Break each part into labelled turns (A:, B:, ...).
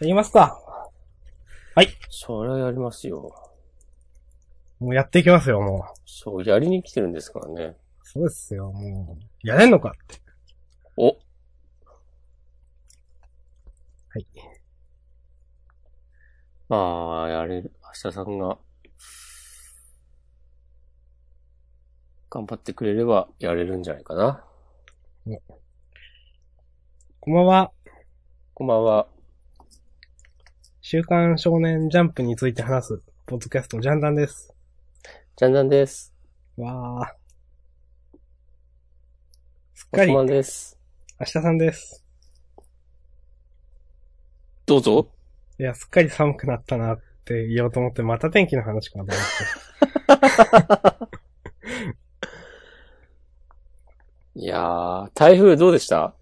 A: やりますか。
B: それはやりますよ。
A: もうやっていきますよ、もう。
B: そう、やりに来てるんですからね。
A: そうですよ、もう。やれんのかって。
B: お、
A: はい。
B: まあ、やれる。明日さんが、頑張ってくれればやれるんじゃないかな。
A: こんばんは。
B: こんばんは。
A: 週刊少年ジャンプについて話す、ポッドキャスト、ジャンダンです。
B: ジャンダンです。
A: わー。すっ
B: お
A: か
B: つ
A: り、
B: ま
A: 明
B: んです。
A: 日さんです。
B: どうぞ。
A: いや、すっかり寒くなったなって言おうと思って、また天気の話かなと 思って。
B: いやー、台風どうでした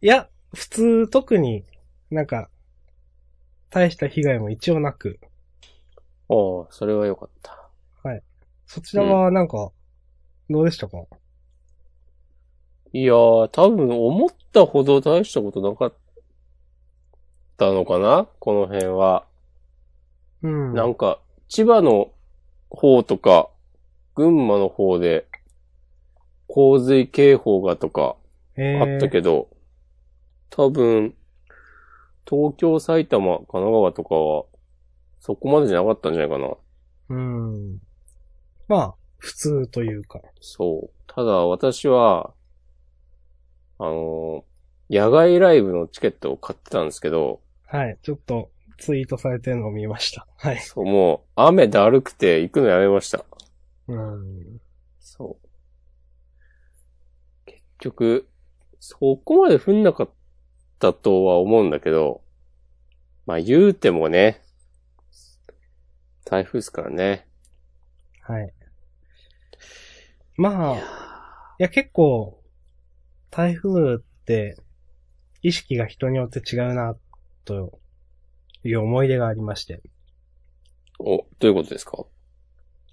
A: いや、普通、特になんか、大した被害も一応なく、
B: おー、それはよかった。
A: そちらはなんか、どうでしたか、
B: いやー、多分思ったほど大したことなかったのかなこの辺は。
A: うん。
B: なんか、千葉の方とか、群馬の方で、洪水警報がとか
A: えー
B: あったけど、多分、東京、埼玉、神奈川とかは、そこまでじゃなかったんじゃないかな。
A: うん。まあ、普通というか。
B: そう。ただ私は、あのー、野外ライブのチケットを買ってたんですけど、
A: はい。ちょっと、ツイートされてるのを見ました。はい。
B: そう、もう、雨だるくて行くのやめました。
A: うん。
B: そう。結局、そこまで降んなかったとは思うんだけど、まあ言うてもね、台風ですからね。
A: はい。まあ、いや結構、台風って、意識が人によって違うな、という思い出がありまして。
B: お、どういうことですか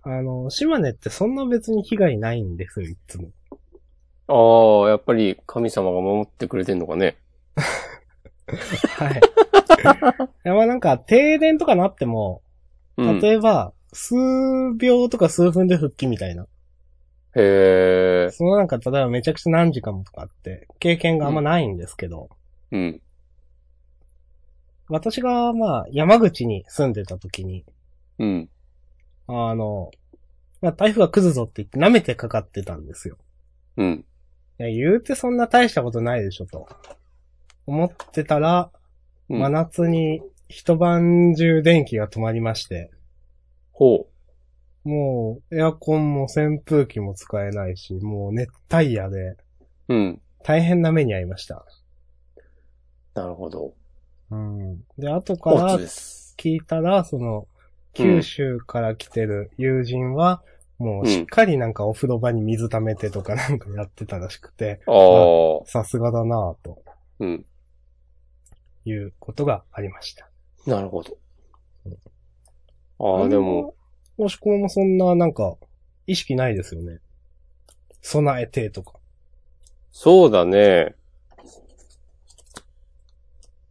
A: あの、島根ってそんな別に被害ないんですよ、いつも。
B: ああ、やっぱり神様が守ってくれてんのかね。
A: はい。 いやまあなんか、停電とかなっても、
B: うん。へ
A: 例えば、数秒とか数分で復帰みたいな。
B: え。
A: そのなんか、例えばめちゃくちゃ何時間もとかって、経験があんまないんですけど、
B: うん。
A: 私がまあ、山口に住んでた時に、
B: うん。
A: あの、まあ台風が来るぞって言って舐めてかかってたんですよ。
B: うん。
A: いや、言うてそんな大したことないでしょ、と。思ってたら、
B: うん
A: 真夏に一晩中電気が止まりまして、
B: ほ
A: もうエアコンも扇風機も使えないし、もう熱帯夜で
B: う。うん。
A: 大変な目に遭いました。
B: なるほど。
A: うん。で、後か
B: コー
A: ら
B: ツです。
A: 聞いたら、その、
B: うん
A: 九州から来てる友人は、もうしっかりなんかお風呂場に水溜めてとかなんかやってたらしくて、
B: ああ。
A: さすがだなぁと
B: うん。
A: いうことがありました。
B: なるほど。ああ、でも、。
A: もしこもそんな、なんか、意識ないですよね。備えてとか。
B: そうだね。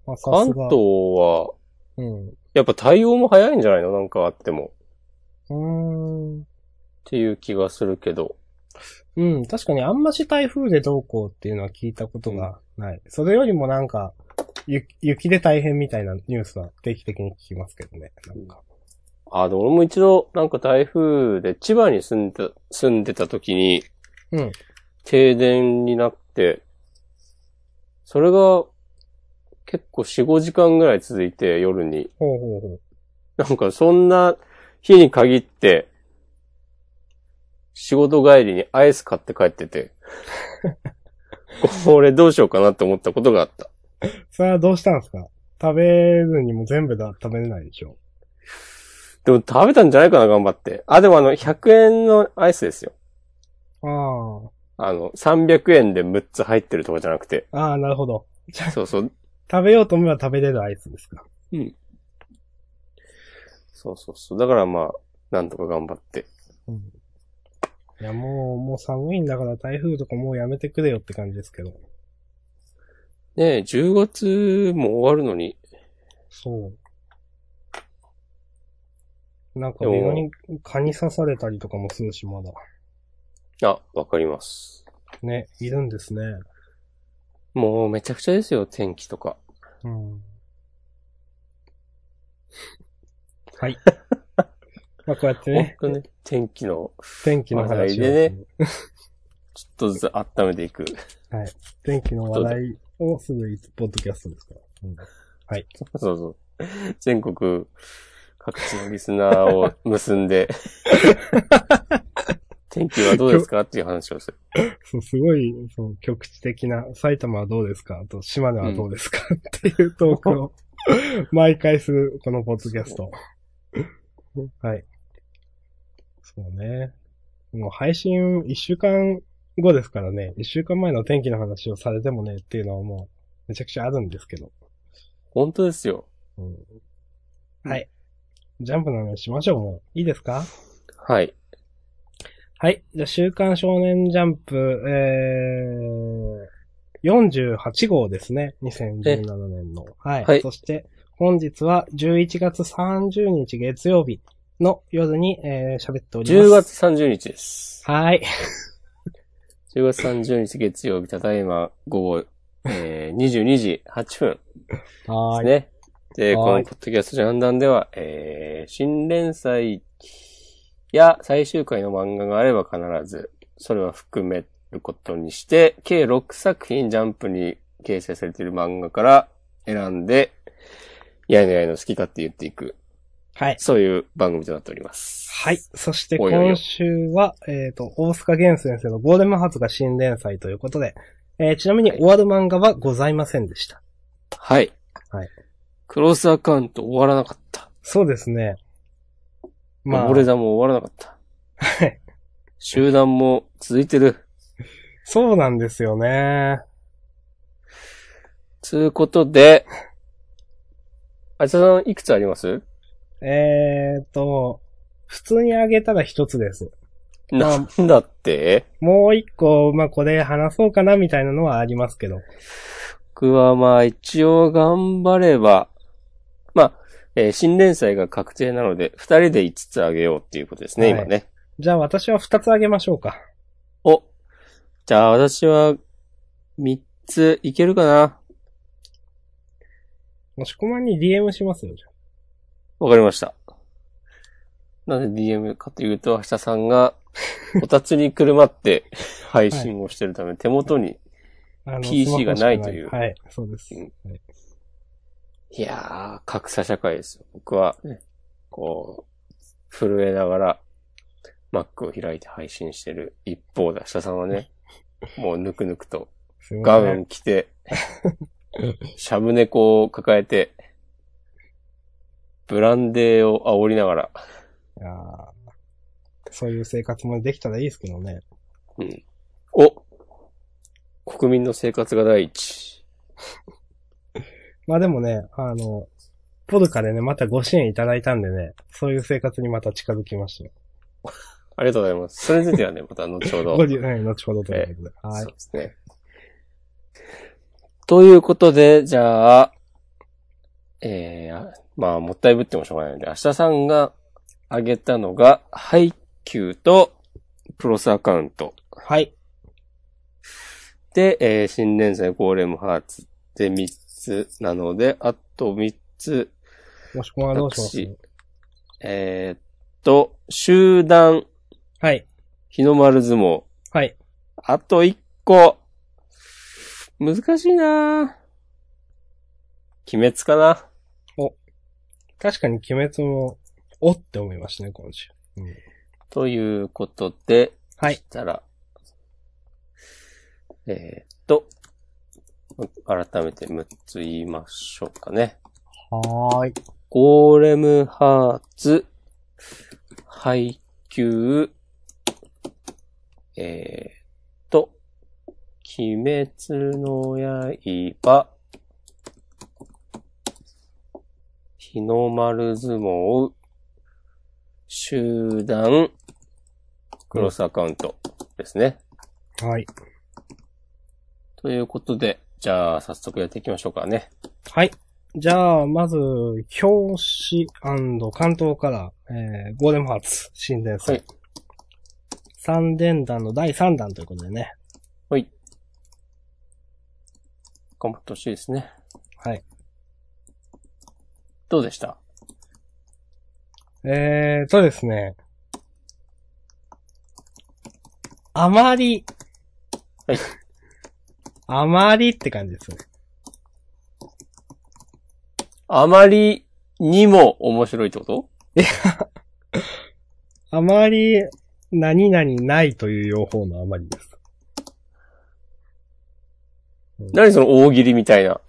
A: まあ、さ
B: 関
A: すが。
B: 東は、
A: うん。う
B: やっぱ対応も早いんじゃないのなんかあっても。
A: ーん。
B: っていう気がするけど。
A: うん、確かにあんまし台風でどうこうっていうのは聞いたことがない。それよりもなんか、ゆ雪で大変みたいなニュースは定期的に聞きますけどね。なんか。
B: ああ、でも俺も一度、なんか台風で千葉に住んでた、住んでた時に、
A: うん。
B: 停電になって、それが、結構4、5時間ぐらい続いて夜に。
A: ほうほうほう。
B: なんかそんな日に限って、仕事帰りにアイス買って帰ってて、これどうしようかなって思ったことがあった。
A: それはどうしたんですか食べずにも全部だ食べれないでしょ。
B: でも食べたんじゃないかな、頑張って。あ、でもあの、100円のアイスですよ。
A: あ
B: あの、300円で6つ入ってるとかじゃなくて。
A: あ。ああ、なるほど。
B: そうそう。
A: 食べようと思えば食べれるアイスですか。
B: そうそうそう。だからまあ、なんとか頑張って。
A: うんいや、もう、もう寒いんだから台風とかもうやめてくれよって感じですけど。
B: ねえ、10月も終わるのに、
A: そう。なんか、微妙に蚊に刺されたりとかもするし、まだ。
B: あ、わかります。
A: ね、いるんですね。
B: もうめちゃくちゃですよ、天気とか。
A: うん。はい。 まあ、こうやって
B: 本
A: ね、
B: 当ね、天気の、
A: 天気の話を。
B: 話題でねちょっとずつ温めていく。
A: 天気の話題をすぐいつ、ポッドキャストですから。うん
B: そうそう。全国各地のリスナーを結んで、天気はどうですかっていう話をする。
A: そう、すごい、そう、局地的な、埼玉はどうですかあと、島根はどうですか、っていうトークを、 毎回する、このポッドキャスト。はい。そうね。もう配信一週間後ですからね、一週間前の天気の話をされてもねっていうのはもう、めちゃくちゃあるんですけど。
B: 本当ですよ。
A: うんはい。ジャンプの話しましょう、もう。いいですか
B: はい。
A: はい。じゃあ、週刊少年ジャンプ、えー、48号ですね。2017年の。はい、
B: はい
A: そして、本日は11月30日月曜日の夜に、えー、喋っております。
B: 10月30日です。
A: はい。
B: 10月30日月曜日、ただいま午後、えー、22時8分で
A: は
B: す
A: い。
B: ね。で、
A: は
B: こ
A: い
B: のポッドキャストジャンダンでは、えー、新連載や最終回の漫画があれば必ず、それは含めることにして、計6作品ジャンプに掲載されている漫画から選んで、やいのやいの好き勝手言っていく、
A: はい。
B: そういう番組となっております。
A: はい。そして
B: おいおいおい
A: 今週は、えっ、と、大塚源先生のゴーデンマハーツが新連載ということで、えーちなみに終わる漫画はございませんでした。
B: はい。
A: はい
B: クロスアカウント終わらなかった。
A: そうですね。
B: まあ、俺だも終わらなか った。
A: はい
B: 集団も続いてる。
A: そうなんですよね。
B: つうことで、あちらさんいくつあります
A: えーっと、普通にあげたら一つです。
B: なんだって
A: もう一個、まあ、これ話そうかなみたいなのはありますけど。
B: 僕はまあ一応頑張れば、まあ、えー新連載が確定なので、二人で5つあげようっていうことです
A: は
B: ね、
A: い
B: 今ね。
A: じゃあ私は二つあげましょうか。
B: おじゃあ私は3ついけるかな
A: もしこまんに DM しますよ、じゃ
B: わかりました。なんで DM かというと、明日さんが、こたつにくるまって配信をしてるため、手元に、
A: ああの
B: PC
A: スマホしか
B: がないという
A: はい、そうです。
B: う
A: はい
B: いやー、格差社会ですよ。僕は、ね、こう、震えながら、Mac を開いて配信してる一方で、下さんはね、もうぬくぬくと、
A: すい
B: ガ
A: ませ
B: ウ
A: ん。
B: ン着て、シャブ猫を抱えて、ブランデーを煽りながら、
A: いやーそういう生活もできたらいいですけどね。
B: お国民の生活が第一。
A: まあでもね、あの、ポルカでね、またご支援いただいたんでね、そういう生活にまた近づきましたよ。
B: ありがとうございます。それについてはね、また後ほ ど。
A: ご自はい、後ほどということで。は
B: そう
A: い。
B: ですね。ということで、じゃあ、えー、あまあ、もったいぶってもしょうがないので、明日さんが挙げたのが、ハイキューとプロスアカウント。
A: はい。
B: で、えー新連載ゴーレムハーツで3つなので、あと3つ、
A: もしこまんはどうします
B: 私えーっと、集団、
A: はい。
B: 日の丸相撲。
A: はい。
B: あと1個。難しいなぁ鬼滅かな
A: 確かに鬼滅も、おって思いましたね、今週。
B: ということで、
A: はい。
B: したら、えーっと、改めて6つ言いましょうかね。
A: はーい。
B: ゴーレムハーツ、配給、えーっと、鬼滅の刃、日の丸相撲、集団、クロスアカウントですね。
A: はい。
B: ということで、じゃあ早速やっていきましょうかね。
A: はい。じゃあ、まず、表紙関東から、えー、ゴーデムハーツ、新伝
B: は
A: 説
B: い。
A: 三連弾の第3弾ということでね。
B: はい。頑張ってほしいですね。
A: はい。
B: どうでした
A: えーとですね。あまり。
B: はい。
A: あまりって感じですね。
B: あまりにも面白いってこと
A: あまり、何々ないという用法のあまりです。
B: 何その大喜利みたいな。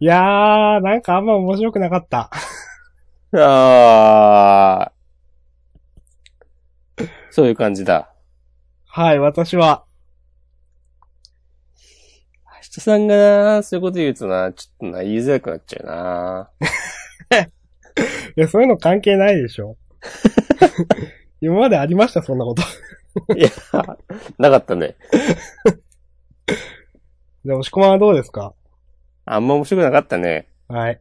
A: いやー、なんかあんま面白くなかった。
B: あーそういう感じだ。
A: はい、私は。
B: 人さんが、そういうこと言うとな、ちょっとな、言いづらくなっちゃうな。
A: いや、そういうの関係ないでしょ。 今までありました、そんなこと。
B: いや、なかったね。
A: で、押し込まんはどうですか
B: あんま面白くなかったね。
A: はい。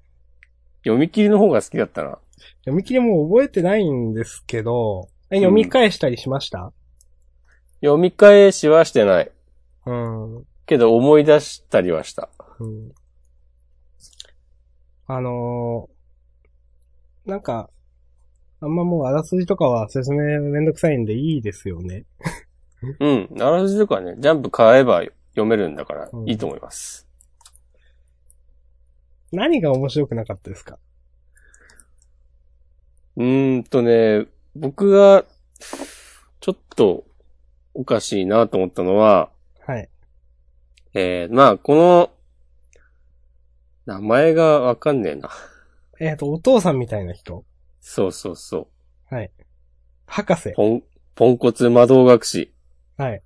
B: 読み切りの方が好きだったな。
A: 読み切りもう覚えてないんですけど、え、
B: うん
A: 読み返したりしました
B: 読み返しはしてない。
A: うん。うん
B: けど思い出したりはした。
A: あのー、なんか、あんまもうあらすじとかは説明めんどくさいんでいいですよね。
B: うん。あらすじとかね、ジャンプ買えば読めるんだから
A: う、ん
B: いいと思います。
A: 何が面白くなかったですか
B: うーんとね、僕が、ちょっと、おかしいなと思ったのは、
A: はい。
B: えー、まあ、この、名前がわかんねえな。
A: えっ、と、お父さんみたいな人。
B: そうそうそ
A: 博士
B: う。。ポン、ポンコツ魔導学士。
A: はい。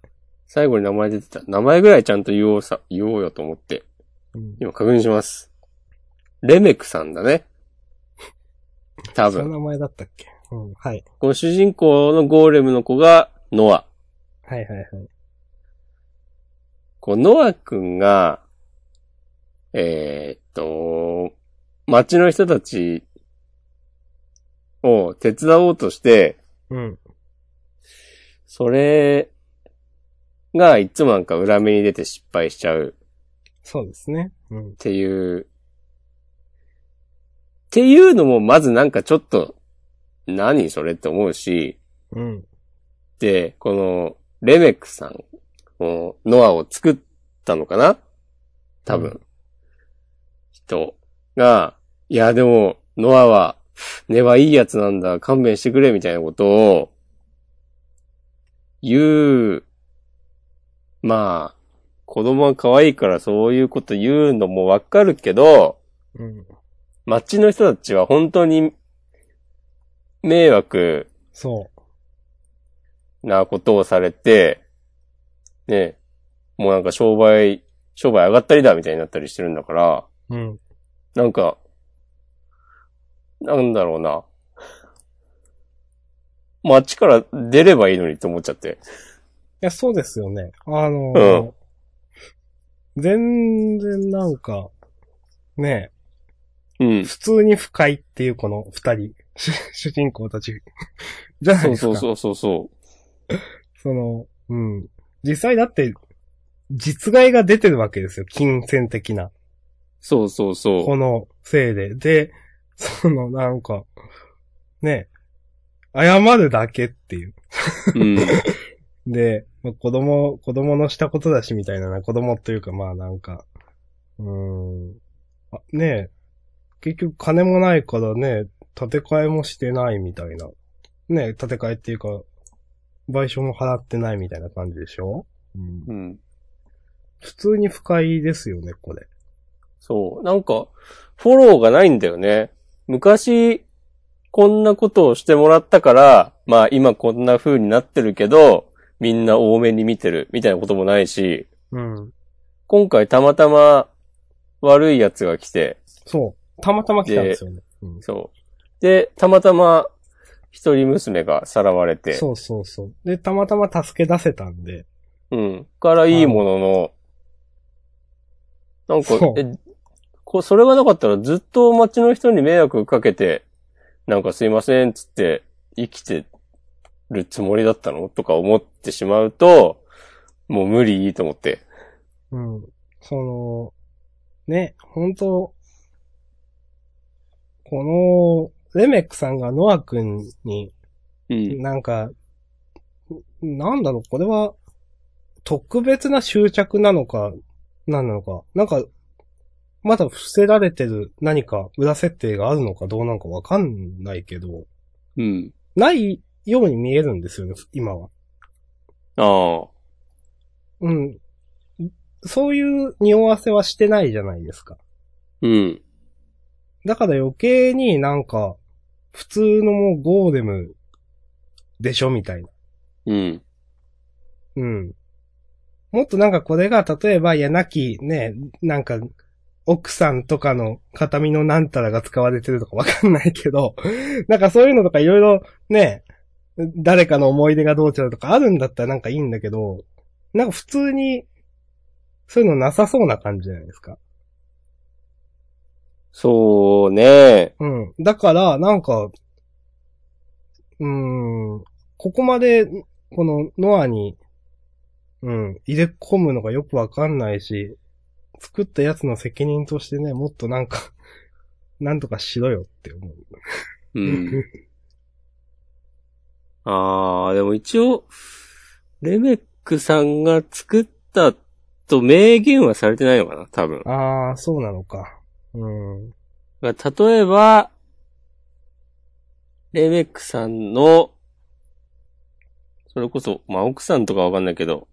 B: 最後に名前出てた。名前ぐらいちゃんと言おうさ、言おうよと思って。
A: うん
B: 今確認します。レメクさんだね。多
A: その
B: 分。
A: 名前だったっけうん。はい。
B: この主人公のゴーレムの子が、ノア。
A: はいはいはい。
B: こう、ノアくんが、えーっと、町の人たちを手伝おうとして、
A: うん。
B: それがいつもなんか裏目に出て失敗しちゃう
A: そうですね。うん
B: っ。ていう、っていうのもまずなんかちょっと、何それって思うし、
A: うん。
B: で、この、レメックさん、このノアを作ったのかな多分、
A: う
B: 人が、いや、でも、ノアは、根はいいやつなんだ、勘弁してくれ、みたいなことを、言う、まあ、子供は可愛いからそういうこと言うのもわかるけど、
A: うん。
B: 街の人たちは本当に、迷惑
A: そ
B: なことをされて、ね、もうなんか商売、商売上がったりだみたいになったりしてるんだから、
A: う。うん。
B: なんか、なんだろうな。街から出ればいいのにって思っちゃって。
A: いや、そうですよね。あのー全然なんか、ね
B: うん
A: え、。普通に不快っていうこの二人、主 主人公たち、じゃない
B: そ
A: で
B: う
A: すか。
B: そうそうそうそ
A: その、うん。実際だって、実害が出てるわけですよ。金銭的な。
B: う。そうそうそ
A: このせいで。で、そのなんか、ねえ、謝るだけっていう。
B: う。うん。
A: で、まあ子供、子供のしたことだしみたいなな、子供というかまあなんか、うーん、あねえ、結局金もないからね、建て替えもしてないみたいな。ねえ、建て替えっていうか、賠償も払ってないみたいな感じでしょ、うん
B: うん。
A: 普通に不快ですよね、これ。
B: そう。なんか、フォローがないんだよね。昔、こんなことをしてもらったから、まあ今こんな風になってるけど、みんな多めに見てる、みたいなこともないし、
A: うん。
B: 今回たまたま悪い奴が来て、
A: そう。たまたま来たんですよね。うん
B: そう。で、たまたま一人娘がさらわれて、
A: そうそうそう。で、たまたま助け出せたんで、
B: うん。からいいものの、なんか
A: そ、う
B: え、こそれがなかったらずっと街の人に迷惑かけて、なんかすいませんっつって生きてるつもりだったのとか思ってしまうと、もう無理と思って。
A: うん。その、ね、本当この、レメックさんがノア君に、
B: うん。
A: なんか、なんだろう、これは、特別な執着なのか、何なのか、なんか、まだ伏せられてる何か裏設定があるのかどうなのかわかんないけど、
B: うん。
A: ないように見えるんですよね、今は。
B: ああ。
A: うん。そういう匂わせはしてないじゃないですか。
B: うん。
A: だから余計になんか、普通のもうゴーデムでしょみたいな。
B: うん。
A: うん。もっとなんかこれが、例えば、いや、なき、ね、なんか、奥さんとかの形見のなんたらが使われてるとかわかんないけど、 なんかそういうのとかいろいろね、誰かの思い出がどうちゃうとかあるんだったらなんかいいんだけど、なんか普通に、そういうのなさそうな感じじゃないですか。
B: そうね。
A: うん。だから、なんか、うーん、ここまで、このノアに、うん、入れ込むのがよくわかんないし、作ったやつの責任としてね、もっとなんか、 なんとかしろよって思う。
B: うん。 ああ、でも一応、レメックさんが作ったと明言はされてないのかな多分。
A: あー、そうなのか。うん。
B: 例えば、レメックさんの、それこそ、まあ、奥さんとかわかんないけど、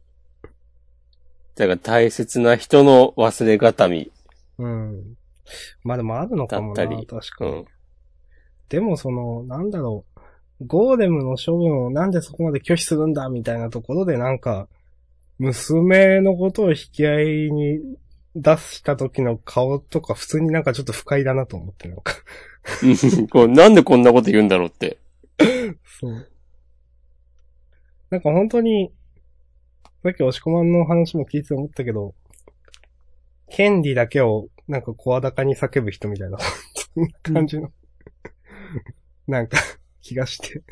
B: だから大切な人の忘れ方み。
A: うん。まあでもあるのかもな、
B: だったり
A: 確か
B: う
A: に。
B: ん。
A: でもその、なんだろう、ゴーレムの処分をなんでそこまで拒否するんだみたいなところでなんか、娘のことを引き合いに出した時の顔とか普通になんかちょっと不快だなと思ってなんか。
B: こうなんで こんなこと言うんだろうって。
A: そう。なんか本当に、さっき押し込まんの話も聞いてて思ったけど、権利だけをなんか声高に叫ぶ人みたいなそんな感じの、 なんか気がして。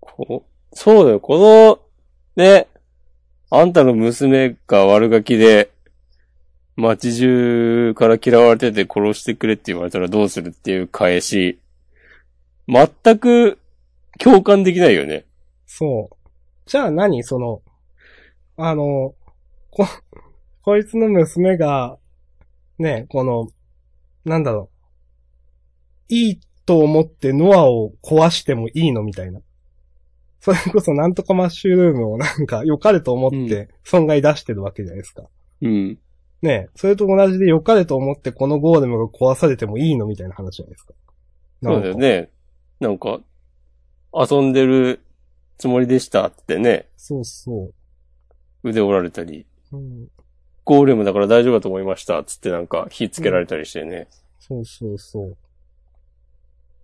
B: こうそうだよ、この、ね、あんたの娘が悪ガキで、街中から嫌われてて殺してくれって言われたらどうするっていう返し、全く共感できないよね。
A: そう。じゃあ何その、あの、こ、こいつの娘が、ね、この、なんだろう。いいと思ってノアを壊してもいいのみたいな。それこそなんとかマッシュルームをなんか良かれと思っ
B: う
A: て損害出してるわけじゃないですか。
B: うん。
A: ねそれと同じで良かれと思ってこのゴーレムが壊されてもいいのみたいな話じゃないですか。
B: そうだよね。なんか、遊んでるつもりでしたってね、
A: そうそ
B: 腕折られたり、
A: う。うん
B: ゴーレムだから大丈夫だと思いましたっつってなんか火つけられたりしてね。
A: そうそうそう。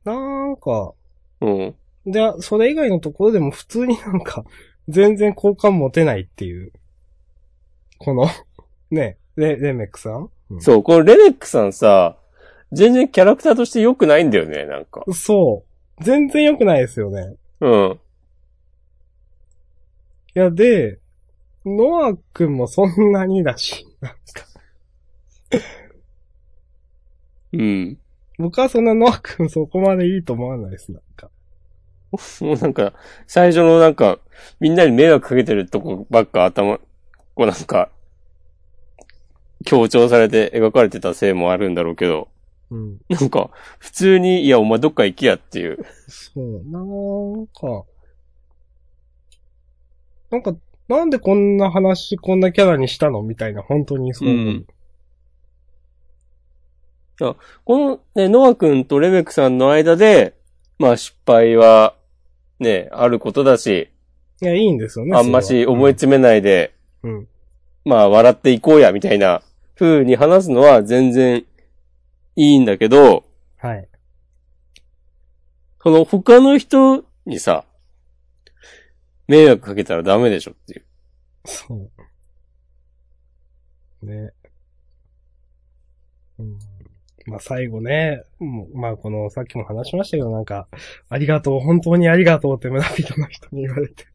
A: なんか、
B: うん。
A: で、それ以外のところでも普通になんか、 全然好感持てないっていう。この、 ね、レ、レメックさん、うん
B: そう、このレレックさんさ、全然キャラクターとして良くないんだよね、なんか。
A: そう。全然良くないですよね。
B: うん。
A: いや、で、ノア君もそんなにだし、 なんか、
B: うん。
A: 僕はそんなノア君そこまでいいと思わないです、なんか。
B: もうなんか、最初のなんか、みんなに迷惑かけてるとこばっか頭、こうなんか、強調されて描かれてたせいもあるんだろうけど、
A: うん。
B: なんか、普通に、いや、お前どっか行きやっていう。
A: そう、なんか、なんか、なんでこんな話、こんなキャラにしたのみたいな、本当にそう思う。
B: うんこのね、ノア君とレベックさんの間で、まあ失敗は、ね、あることだし、
A: いや、いいんですよね。
B: あんま
A: それ
B: し
A: は
B: 思い、詰めないで、
A: うんうん。
B: まあ笑っていこうや、みたいな風に話すのは全然いいんだけど、
A: はい。
B: その他の人にさ、迷惑かけたらダメでしょっていう。
A: そう。ね。うんまあ最後ね、もうまあこの、さっきも話しましたけど、なんか、ありがとう、本当にありがとうって村人の人に言われて。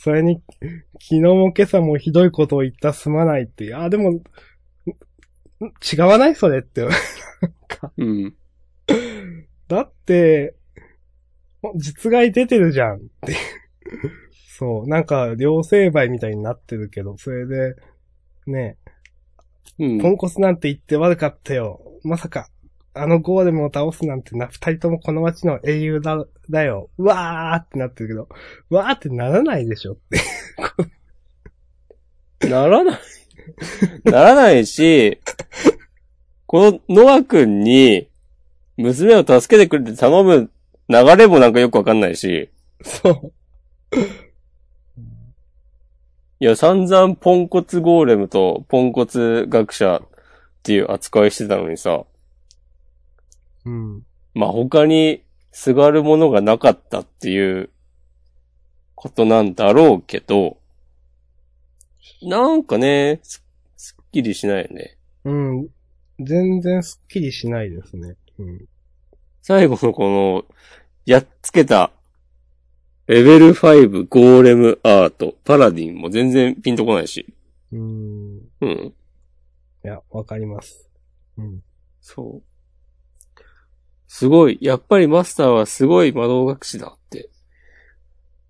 A: それに、昨日も今朝もひどいことを言ったすまないっていう、ああ、でも、ん違わないそれって。
B: うん。
A: だって、実害出てるじゃんって いう。そう、なんか、両成敗みたいになってるけど、それで、ね
B: う
A: え、
B: ん
A: ポ。ンコツなんて言って悪かったよ。まさか、あのゴーレムを倒すなんてな、二人ともこの街の英雄だ、だよ。うわーってなってるけど、わーってならないでしょって。
B: ならない。ならないし、このノア君に、娘を助けてくれって頼む流れもなんかよくわかんないし、
A: そう。
B: いや、散々ポンコツゴーレムとポンコツ学者っていう扱いしてたのにさ、
A: うん。
B: まあ、他にすがるものがなかったっていうことなんだろうけど、なんかね、すすっきりしないよね。
A: うん。全然スッキリしないですね。うん。
B: 最後のこの、やっつけた、レベル5ゴーレムアート、パラディンも全然ピンとこないし。
A: うん。
B: うん。
A: いや、わかります。うん。
B: そう。すごい。やっぱりマスターはすごい魔導学士だって。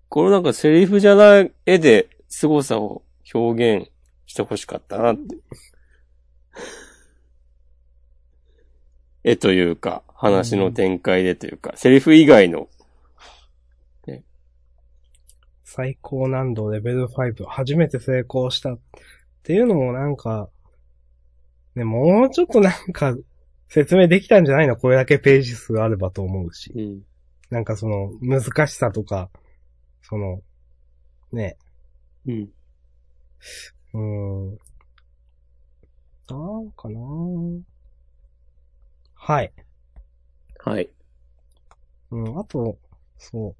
B: このなんかセリフじゃない絵で凄さを表現してほしかったなって。絵というか、話の展開でというか、セリフ以外の。
A: 最高難度レベル5、初めて成功したっていうのもなんか、ね、もうちょっとなんか、説明できたんじゃないのこれだけページ数あればと思うし。
B: うん。
A: なんかその、難しさとか、その、ね、
B: うん。
A: うーん。なんかなぁはい。
B: はい。
A: うん、あと、そう。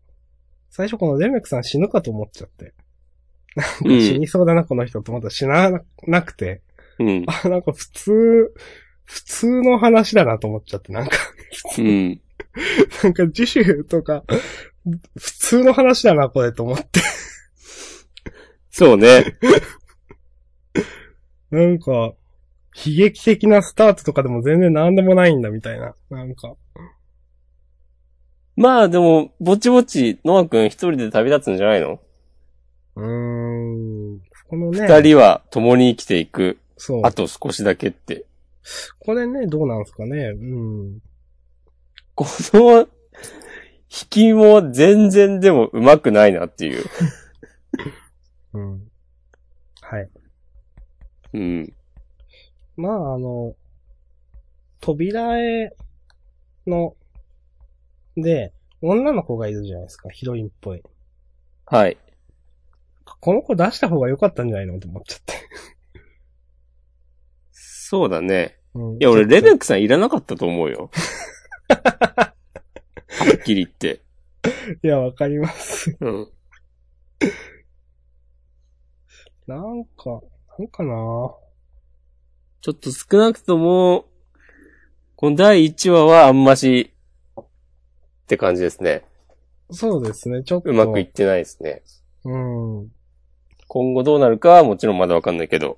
A: 最初このレメクさん死ぬかと思っちゃって。
B: う
A: 死
B: ん。
A: にそうだな、この人と思ったら死ななくて。
B: うん。
A: あ、なんか普通、普通の話だなと思っちゃって、なんか、
B: うん。
A: なんか次週とか、普通の話だな、これと思って。
B: そうね。
A: なんか、悲劇的なスタートとかでも全然何でもないんだ、みたいな。なんか、
B: まあでも、ぼちぼち、ノア君一人で旅立つんじゃないの
A: うーん、このね、
B: 二、人は共に生きていく。
A: そう、
B: あと少しだけって。
A: これね、どうなんすかね、うん。
B: この、引きも全然でも上手くないなっていう。
A: うん。はい。
B: うん。
A: まあ、あの、扉絵の、で、女の子がいるじゃないですか、ヒロインっぽい。
B: はい。
A: この子出した方が良かったんじゃないのと思っちゃって。
B: そうだね。
A: うん
B: いや、俺、レベックさんいらなかったと思う よ。はっきり言って。
A: いや、わかります。
B: うん。
A: なんか、なんかな
B: ちょっと少なくとも、この第1話はあんまし、って感じですね。
A: そうですね、ちょっと。
B: うまくいってないですね。
A: うん。
B: 今後どうなるかはもちろんまだわかんないけど。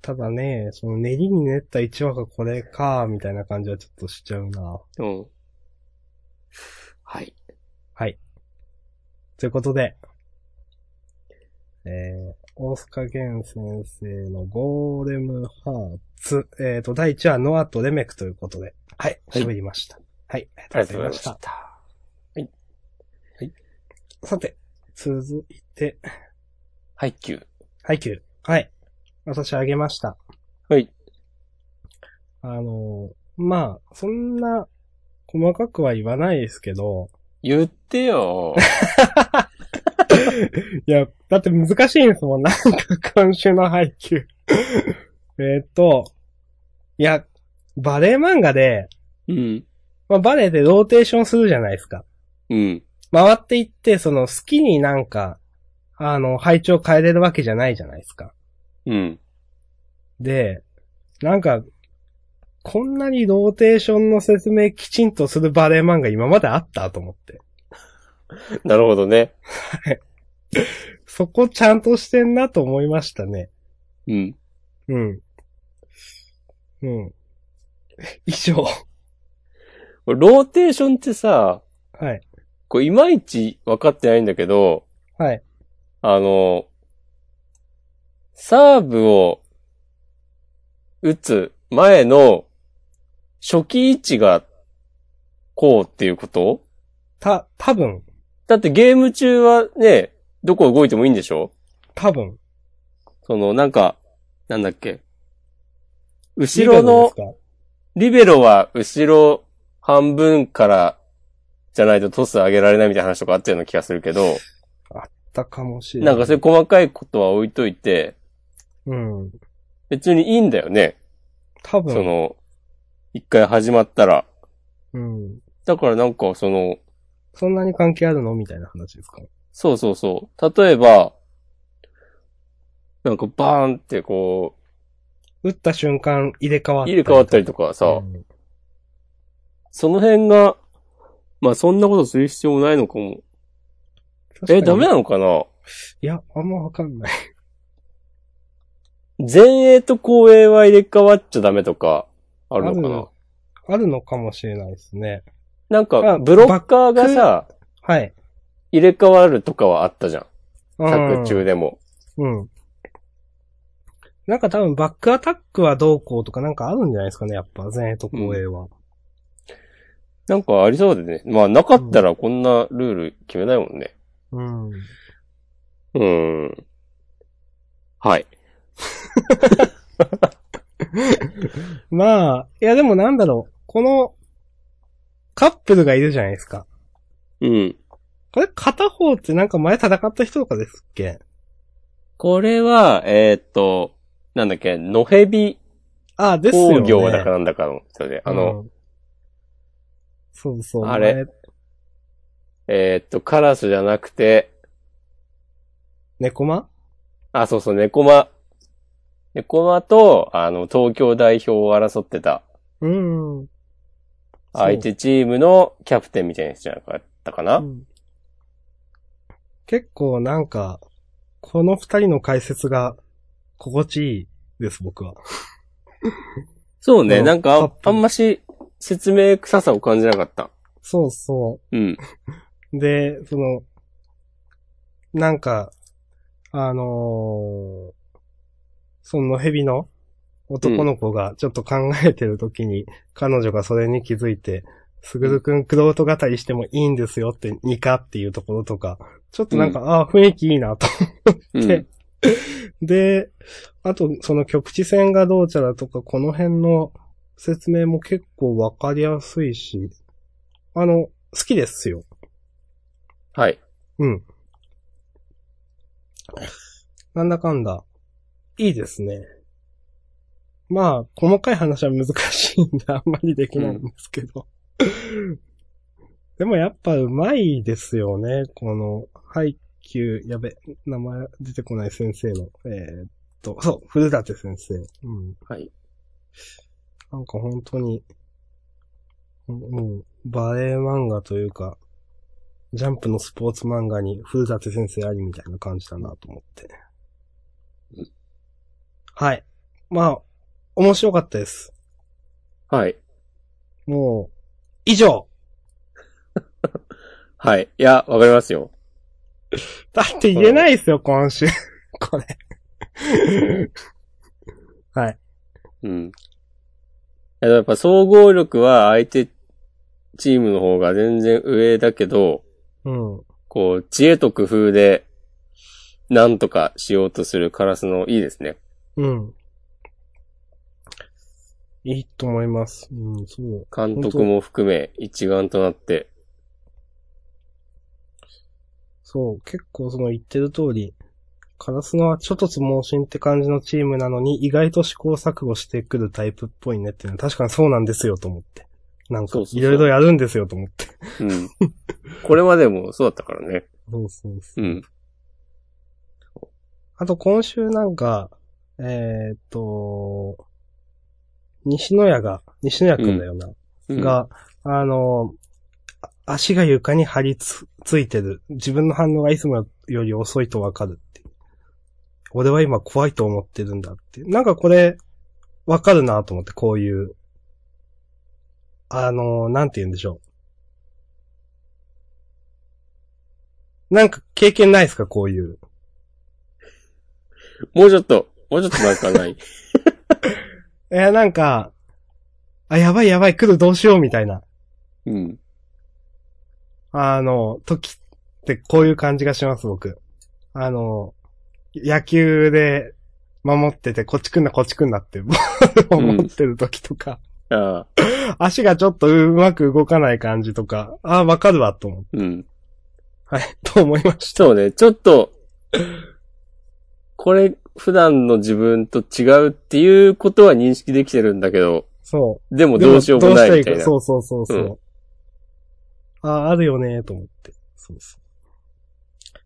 A: ただね、その練りに練った1話がこれか、みたいな感じはちょっとしちゃうな
B: うん。はい。
A: ということで、えー、大塚源先生のゴーレムハーツ、えーと、第1話ノアとレメクということで、はい、
B: はい
A: 喋りました。はい、あり
B: ありがとうございまし。
A: がとうございましたた。さて、続いて、
B: ハイキュー。
A: ハイキュー。はい。私あげました。
B: はい。
A: あのー、まあ、そんな、細かくは言わないですけど、
B: 言ってよ。
A: いや、だって難しいんですもん。なんか今週の配給。 えーっと、いや、バレー漫画で、
B: うん。
A: まあ、バレーでローテーションするじゃないですか。
B: うん。
A: 回っていって、その好きになんか、あの、配置を変えれるわけじゃないじゃないですか。
B: うん。
A: で、なんか、こんなにローテーションの説明きちんとするバレー漫画今まであったと思って。
B: なるほどね。
A: そこちゃんとしてんなと思いましたね。
B: うん。
A: うん。うん。以上。
B: これローテーションってさ、
A: はい。
B: これいまいち分かってないんだけど、
A: はい。
B: あの、サーブを打つ前の初期位置がこうっていうこと
A: た、多分、
B: だってゲーム中はね、どこ動いてもいいんでしょ
A: 多分。
B: そのなんか、なんだっけ。後ろの、リベロは後ろ半分からじゃないとトス上げられないみたいな話とかあったような気がするけど、
A: だかもしれな。
B: ないんかそういう細かいことは置いといて、
A: うん。
B: 別にいいんだよね。
A: 多分。
B: その、一回始まったら。
A: うん。
B: だからなんかその、
A: そんなに関係あるのみたいな話ですか
B: そうそうそう。例えば、なんかバーンってこ
A: 打った瞬間入れ替わ
B: う、
A: った
B: 入れ替わったりとかさ、
A: うん
B: その辺が、まあそんなことする必要もないのかも。
A: 確かに
B: え、ダメなのかない
A: や、あんまわかんない。
B: 前衛と後衛は入れ替わっちゃダメとか、あるのか
A: あ
B: な
A: るあるのかもしれないですね。
B: なん
A: まあ
B: か、ブロッカーがさ、
A: はい。
B: 入れ替わるとかはあったじゃん。
A: うん
B: 作中でも。
A: うん。なんか多分バックアタックはどうこうとかなんかあるんじゃないですかね、やっぱ前衛と後衛は。
B: なんかありそうでね。まあ、なかったらこんなルール決めないもんね。
A: うん。
B: うん。はい。
A: まあ、いやでもなんだろう。この、カップルがいるじゃないですか。
B: うん。
A: これ片方ってなんか前戦った人とかですっけ
B: これは、えーっと、なんだっけ、野蛇
A: ああ、ですよね。
B: 工業だかなんだかの人で、あの、
A: うん、そうそう。
B: あれ
A: 前
B: えーっと、カラスじゃなくて、
A: 猫間
B: あ、そうそう、猫間。猫間と、あの、東京代表を争ってた、
A: うん。
B: 相手チームのキャプテンみたいな人じゃなかったかな、
A: うん結構なんか、この二人の解説が心地いいです、僕は。
B: そうね、
A: うん
B: なんか
A: カッ
B: あ、
A: プ
B: あんまし、説明臭さを感じなかった。
A: そうそ
B: うん。
A: う。で、その、なんか、あのーその蛇の男の子がちょっと考えてる時に、彼女がそれに気づいて、すぐるくん、クロート語りしてもいいんですよって、ニカっていうところとか、ちょっとなんか、ああ、雰囲気いいなと
B: うん。
A: で、あと、その局地戦がどうちゃらとか、この辺の説明も結構わかりやすいし、あの、好きですよ。
B: はい。
A: うん。なんだかんだ、いいですね。まあ、細かい話は難しいんで、あ んまりできないんですけど。でもやっぱうまいですよね。この、ハイキュー、やべ、名前出てこない先生の、えーっと、そう、古舘先生。うん。
B: はい。
A: なんか本当に、もう、バレー漫画というか、ジャンプのスポーツ漫画に古舘先生ありみたいな感じだなと思って
B: うん。
A: はい。まあ、面白かったです。
B: はい。
A: もう、以上
B: はい。いや、わかりますよ。
A: だって言えないですよ、今週。 これ。 はい。
B: うん。やっぱ総合力は相手チームの方が全然上だけど、
A: うん。
B: こう、知恵と工夫で、なんとかしようとするカラスのいいですね。
A: うん。いいと思います。うん、そう。
B: 監督も含め一丸となって。
A: そう、結構その言ってる通り、カラスノはちょっとつ盲信って感じのチームなのに、意外と試行錯誤してくるタイプっぽいねっていうのは確かにそうなんですよと思って。なんか
B: そう、そうそう
A: いろいろやるんですよと思って。
B: うん。これまでもそうだったからね。
A: そうそうそう
B: うん。
A: あと今週なんか、えーっと、西野屋が、西野屋くんだよな。
B: うん、
A: が、あの、あ足が床に張りつ、ついてる。自分の反応がいつもより遅いとわかるって。俺は今怖いと思ってるんだって。なんかこれ、わかるなと思って、こういう。あの、なんて言うんでしょう。なんか経験ないですかこういう。
B: もうちょっと、もうちょっとなんかない。
A: えーなんか、あ、やばいやばい、来るどうしようみたいな。
B: うん。
A: あの、時ってこういう感じがします、僕。あの、野球で守ってて、こっち来んな、こっち来んなって、 ボールを持ってる時とか、
B: ああ、
A: 足がちょっとうまく動かない感じとか、あーわかるわ、と思う。
B: うん。
A: はい、と思いました。
B: そうね、ちょっと、これ、普段の自分と違うっていうことは認識できてるんだけど、
A: そ
B: でも
A: う。
B: どうしようもないみた
A: どうしたら
B: い
A: いい
B: な。
A: かそうそうそうそう。
B: うん
A: あーあるよね、と思って。そうそう。
B: あ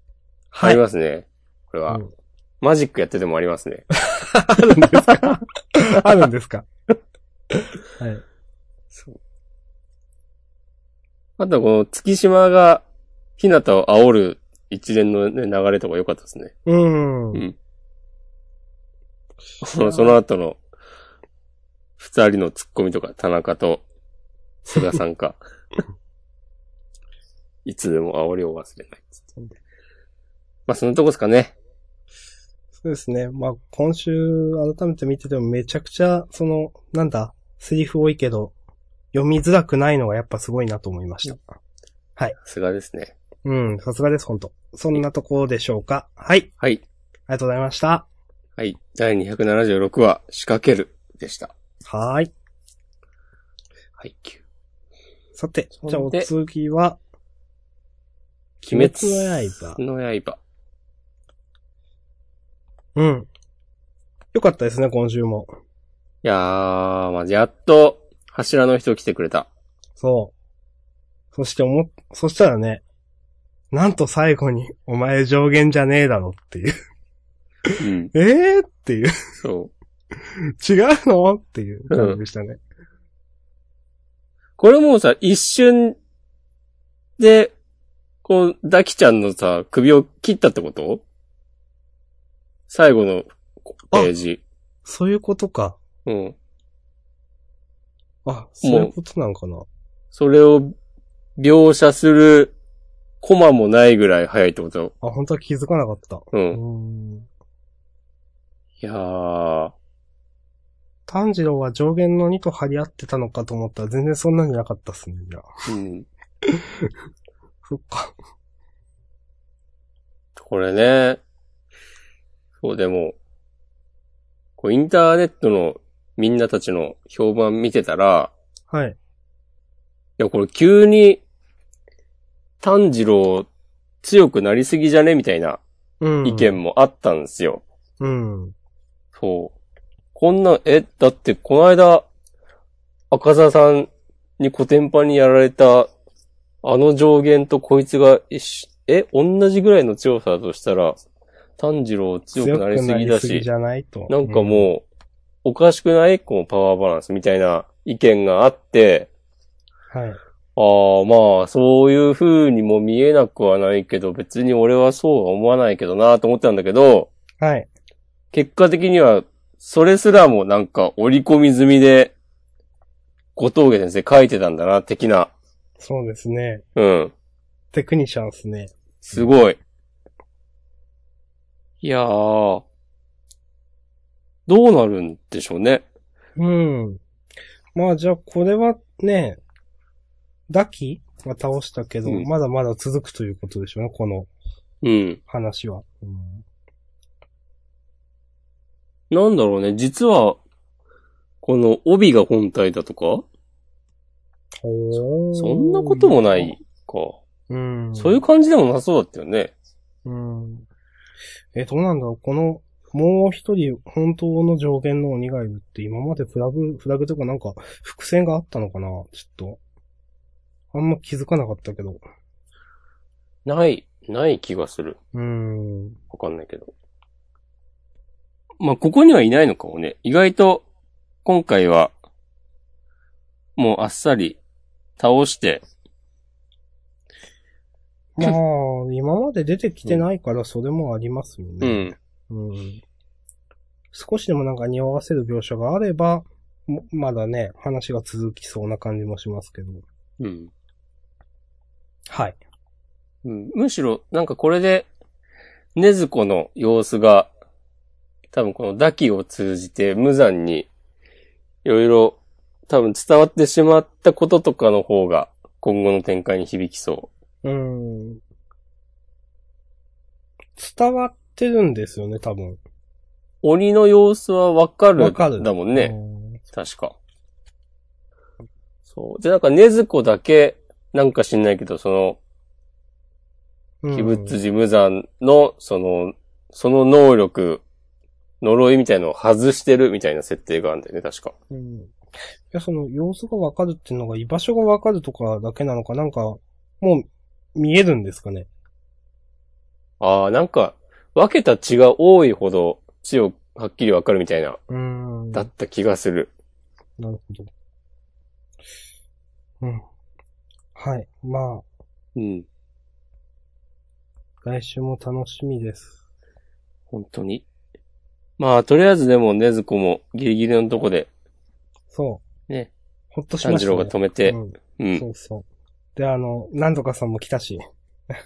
A: は
B: り
A: い。
B: ますね。これは、
A: うん
B: マジックやっててもありますね。
A: あるんですか あるんですかはい。
B: そう。あとこの月島が、日向を煽る一連の、ね、流れとか良かったですね。
A: うん。
B: うんそのその後の、二人のツッコミとか、田中と、菅さん か。いつでも煽りを忘れないっつって。まあ、そのとこですかね。
A: そうですね。まあ、今週改めて見ててもめちゃくちゃ、その、なんだ、セリフ多いけど、読みづらくないのがやっぱすごいなと思いました。
B: 菅ですね。
A: うん、さすがです、ほんと。そんなところでしょうか。はい、あ
B: はい。
A: りがとうございました。
B: はい。第276話、仕掛ける、でした。
A: はーい。
B: はい、9。
A: さて、
B: そんで
A: じゃあお次は、
B: 鬼滅
A: 鬼滅
B: の刃。
A: うん。よかったですね、今週も。
B: いやー、まあ、やっと、柱の人来てくれた。
A: そう。そして思っ、そしたらね、なんと最後に、お前上限じゃねえだろっていう。
B: うん。
A: えーっていう。
B: そう。
A: 違うのっていう感じでしたね。
B: これもうさ、一瞬で、こう、ダキちゃんのさ、首を切ったってこと最後のページ。
A: そういうことか。
B: うん。
A: あ、そういうことなんかな。
B: それを描写するコマもないぐらい早いってこと
A: あ、本当は気づかなかった。
B: う。
A: うんーん。
B: いやー。
A: 炭治郎は上限の2と張り合ってたのかと思ったら全然そんなんじゃなかったっすね、じゃあ。
B: うん。
A: そっか。
B: これね。そう、でも、こう、インターネットのみんなたちの評判見てたら、
A: はい。
B: いや、これ急に、炭治郎強くなりすぎじゃねみたいな
A: うん。
B: 意。見もあったんですよ。
A: うん。
B: そう。こんな、え、だってこの間、赤座さんにコテンパンにやられた、あの上限とこいつが一緒、え、同じぐらいの強さだとしたら、炭治郎強くなりすぎ
A: 強
B: だ
A: くなりすぎ
B: し
A: じ、ゃないと。
B: なんかもう、おかしくないこのパワーバランスみたいな意見があって、
A: うん。はい。
B: ああ、まあ、そういう風にも見えなくはないけど、別に俺はそうは思わないけどなと思ってたんだけど、
A: はい。
B: 結果的には、それすらもなんか織り込み済みで、小峠先生書いてたんだな、的な。
A: そうですね。
B: うん。
A: テクニシャンっすね。
B: すごい。いやー。どうなるんでしょうね。
A: うん。まあじゃあこれはね、ダキは倒したけど、
B: うん
A: まだまだ続くということでしょうね、この
B: うん。
A: 話は。うん
B: なんだろうね、実は、この帯が本体だとかそんなこともな。いか。
A: うん。
B: そういう感じでもなそうだったよね。
A: うん。え、どうなんだろうこの、もう一人、本当の上限の鬼がいるって、今までフラグ、フラグとかなんか、伏線があったのかなちょっと。あんま気づかなかったけど。
B: ない、ない気がする。
A: うん。
B: わかんないけど。まあ、ここにはいないのかもね。意外と、今回は、もうあっさり倒して、
A: まあ、今まで出てきてないから、それもありますよ
B: う
A: ね。
B: ん。
A: うん。少しでもなんか匂わせる描写があれば、もまだね、話が続きそうな感じもしますけど。
B: うん。
A: はい。
B: うんむしろ、なんかこれで、ねずこの様子が、多分このダキを通じて無残に、いろいろ多分伝わってしまったこととかの方が、今後の展開に響きそ
A: うん。伝わってるんですよね、多分。
B: う。鬼の様子はわかる。
A: わかる
B: だもんね。
A: うん
B: 確か。そう。で、なんかねずこだけ、なんか知んないけど、その、
A: うん
B: 鬼物寺無惨の、その、その能力、呪いみたいのを外してるみたいな設定があるんだよね、確か。
A: うん。いや、その、様子がわかるっていうのが、居場所がわかるとかだけなのか、なんか、もう、見えるんですかね。
B: ああ、なんか、分けた血が多いほど、血をはっきりわかるみたいな、
A: うーん。
B: だ
A: なる
B: った気がする。
A: ほど。うん。はい。まあ、
B: うん。
A: 来週も楽しみです。
B: 本当に。まあ、とりあえずでも、ねずこもギリギリのとこで、
A: そう。
B: ね。
A: ほっとし
B: 炭
A: まし
B: 治
A: た、ね。
B: 郎が止めて、
A: う。
B: うんん、
A: そうそう。で、あの、なんとかさんも来たし。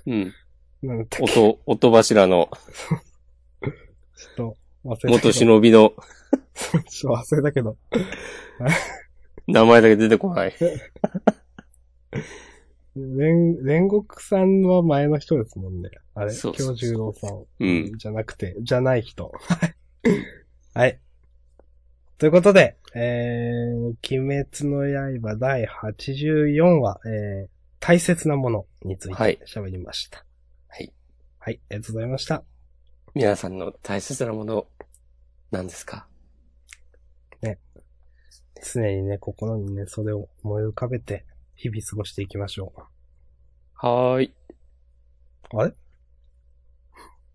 B: うん、
A: なんだったっけ
B: 音、音柱 の
A: ちょっと、忘れたけど。
B: 元忍びの
A: ちょっと忘れたけど。
B: 名前だけ出てこない。
A: 煉、煉獄さんは前の人ですもんね。あれ、
B: そう
A: 京
B: そうそう
A: 十郎さん。
B: うん。
A: じゃなくて、じゃない人。はい。ということで、えー、鬼滅の刃第84話、えー、大切なものについ
B: はい
A: て喋りました。
B: はい。
A: はい、ありがとうございました。
B: 皆さんの大切なもの、何ですか
A: 常にね、心にね、それを思い浮かべて、日々過ごしていきましょ
B: はーい。
A: う。あれ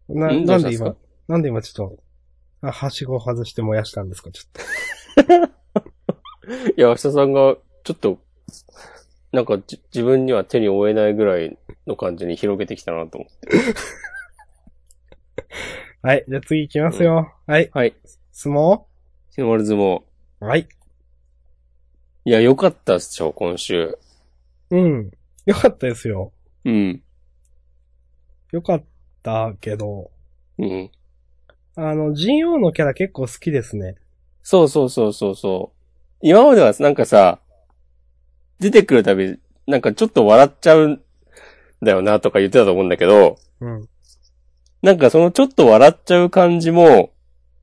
A: な、な
B: ん
A: ん
B: どうした
A: で
B: んです
A: 今
B: か、
A: なんで今ちょっと、あ、はしごを外して燃やしたんですかちょっと。
B: いや、明日さんが、ちょっと、なんかじ自分には手に負えないぐらいの感じに広げてきたなと思って。
A: はい、じゃあ次行きますよ。はい、
B: はい。
A: 相撲
B: 日の丸相撲。
A: はい。
B: いや、良かったっしょ、今週。
A: うん。よかったですよ。
B: うん。
A: よかったけど、
B: うん。
A: あの、ジンオウのキャラ結構好きですね。
B: そうそうそうそうそう。今まではなんかさ、出てくるたび、なんかちょっと笑っちゃうんだよなとか言ってたと思うんだけど、
A: うん。
B: なんかそのちょっと笑っちゃう感じも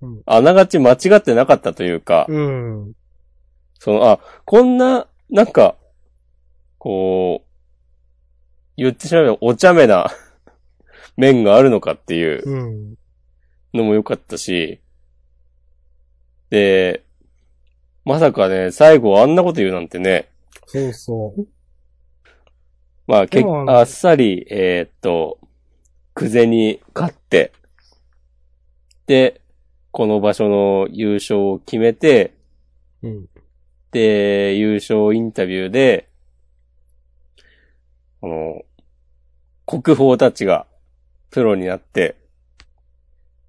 A: うん、
B: あながち間違ってなかったというか、
A: うん。
B: その、あ、こんな、なんか、こう、言ってしまえばお茶目な 面があるのかっていう
A: うん。
B: のも良かったし、で、まさかね、最後あんなこと言うなんてね、
A: そうそう。
B: まあ、
A: で
B: 結
A: も
B: あっさり、えーっと、クゼに勝って、で、この場所の優勝を決めて、
A: うん。
B: で、優勝インタビューで、この、国宝たちがプロになって、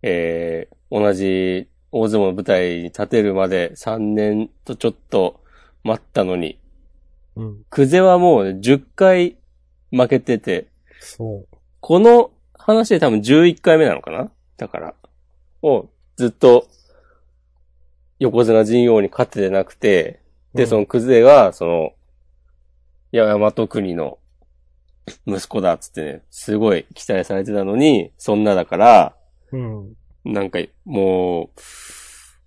B: えー、同じ大相撲の舞台に立てるまで3年とちょっと待ったのに、
A: うん。
B: クゼはもうね10回負けてて、
A: そ
B: この話で多分11回目なのかなだから。をずっと横綱陣王に勝っててなくて、
A: う。
B: で、そのクゼが、その、いや、山と国の息子だっつってね、すごい期待されてたのに、そんなだから、
A: うん。うん。
B: なんかもう、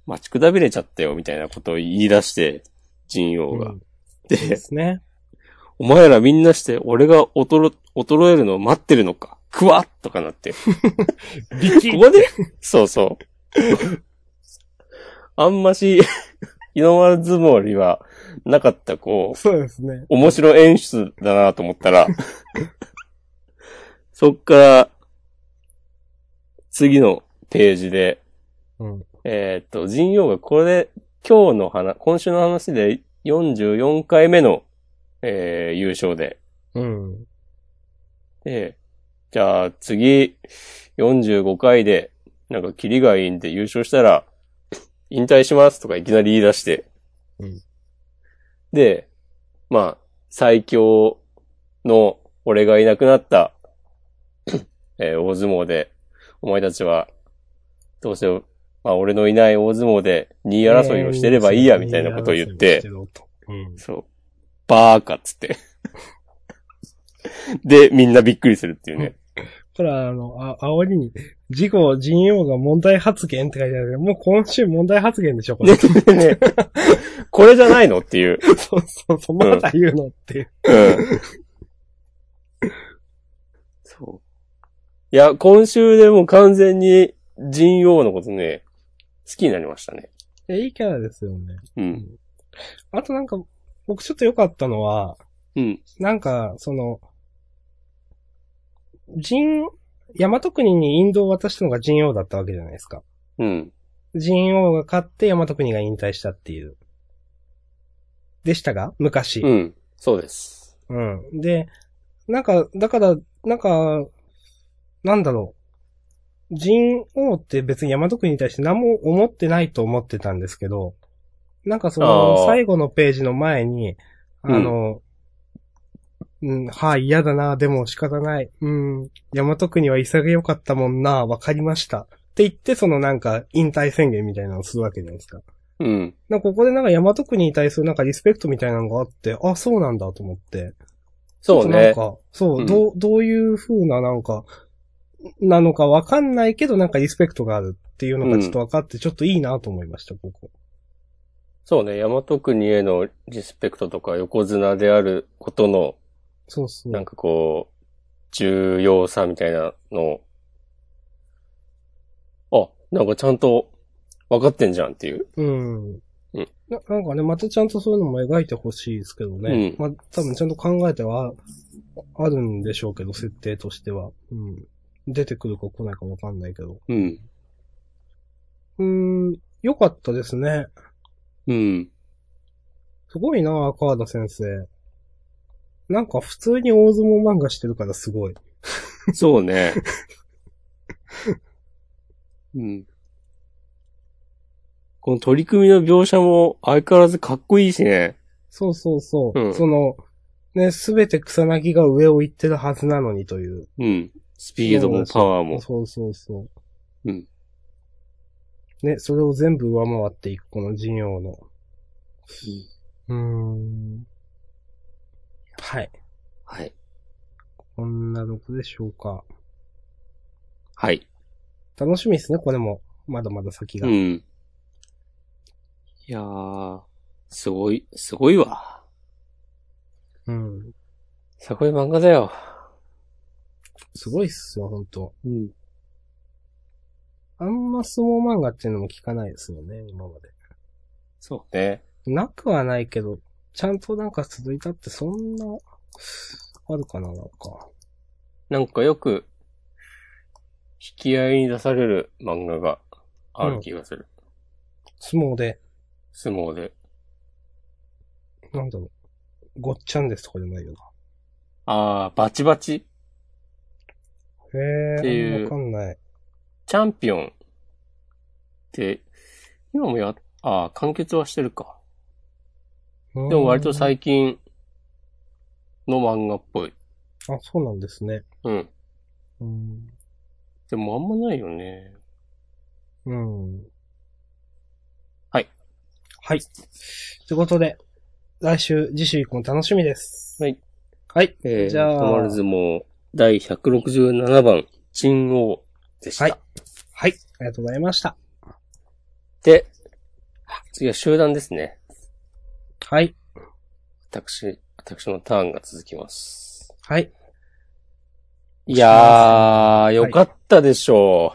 B: 待ちくたびれちゃったよ、みたいなことを言い出して、陣王が。
A: うんそうで
B: で、
A: すね。
B: お前らみんなして、俺が衰衰えるのを待ってるのか、くわっとかなって、
A: ビキ
B: ここで、 そうそう。あんまし、 日の丸相撲にはなかった、こ う、
A: そうですね。
B: 面白演出だなと思った ら、そっから、次のページで、
A: うん。
B: えーっと、陣容がこれで、今日の話、今週の話で44回目の、えー優勝で。
A: うん。
B: で、じゃあ次、45回で、なんかキリがいいんで優勝したら、引退しますとかいきなり言い出して。
A: うん
B: で、まあ、最強の俺がいなくなった、 えー大相撲で、お前たちは、どうせ、まあ俺のいない大相撲で2位争いをしてればいいや、みたいなことを言って、
A: いい争いをしてろとうん。
B: そう。バーカっつって。で、みんなびっくりするっていうね。
A: これはあの、あ、煽りに、事故、人用が問題発言って書いてあるけど、もう今週問題発言でしょ、これ。
B: ねこれじゃないのっていう。
A: そう そうそう、まだ言うのっていう。
B: うん。そう。いや、今週でもう完全に人王のことね、好きになりましたね。
A: えいいキャラですよね。
B: うん。
A: あとなんか、僕ちょっと良かったのは、
B: うん。
A: なんか、その、人、大和国にインドを渡したのが人王だったわけじゃないですか。
B: うん。
A: 人王が勝って大和国が引退したっていう。でしたが昔。
B: うん。そうです。
A: うん。で、なんか、だから、なんか、なんだろう。人王って別に山徳に対して何も思ってないと思ってたんですけど、なんかそ
B: あ
A: の
B: ー
A: 最後のページの前に、あの、うん、はい、嫌だな、でも仕方ない。うん、山徳には潔かったもんな、わかりました。って言って、そのなんか引退宣言みたいなのをするわけじゃないですか。
B: うん。
A: なんかここでなんか山徳に対するなんかリスペクトみたいなのがあって、あ、そうなんだと思って。
B: そう
A: なん
B: ね。
A: か、そう、
B: うん
A: どう、どういう風ななんか、なのかわかんないけど、なんかリスペクトがあるっていうのがちょっと分かって、ちょっといいなと思いました、ここ。
B: そうね。大和国へのリスペクトとか横綱であることの
A: そうそう。
B: なんかこう、重要さみたいなのを、あ、なんかちゃんと分かってんじゃんっていう。
A: うん。
B: うん
A: ななんかね、またちゃんとそういうのも描いてほしいですけどね。
B: う
A: まあ、多分ちゃんと考えてはあるんでしょうけど、設定としては。うん。出てくるか来ないかわかんないけど。
B: うん。
A: うーん、良かったですね。
B: うん。
A: すごいな川田先生。なんか普通に大相撲漫画してるからすごい。
B: そうね。 うん。この取り組みの描写も相変わらずかっこいいしね。
A: そうそうそう。
B: うん
A: その、ね、すべて草薙が上を行ってるはずなのにという。
B: うん。スピードもパワーも。
A: そうそうそう。
B: うん。
A: ね、それを全部上回っていく、この授業の。うーん。はい。
B: はい。
A: こんなとこでしょうか。
B: はい。
A: 楽しみですね、これも。まだまだ先が。
B: うん。いやー、すごい、すごいわ。
A: うん。
B: すごい漫画だよ。
A: すごいっすよ、ほんと。
B: うん。
A: あんま相撲漫画っていうのも聞かないですよね、今まで。
B: そうね。
A: なくはないけど、ちゃんとなんか続いたってそんな、あるかな、なんか。
B: なんかよく、引き合いに出される漫画がある気がする。
A: 相撲で、
B: 相撲で。
A: なんだろう。ごっちゃんですとかじゃないよ
B: あー、バチバチ
A: な。
B: っ
A: へ
B: てい
A: え、
B: う
A: わかんない。
B: チャンピオンって、今もや、あー、完結はしてるか。
A: で
B: でも割と最近の漫画っぽい。
A: あ、そうなんですね。
B: うん。
A: うん。
B: でもあんまないよね。
A: うん。
B: はい。
A: はい。ということで、来週、次週以降も楽しみです。
B: はい。
A: はい。
B: えー、
A: じゃあ
B: 止まる相撲第167番、珍王でした。
A: はいはい。ありがとうございました。
B: で、次は集団ですね。
A: はい。
B: 私、私のターンが続きます。
A: はい。
B: いやー、よかったでしょ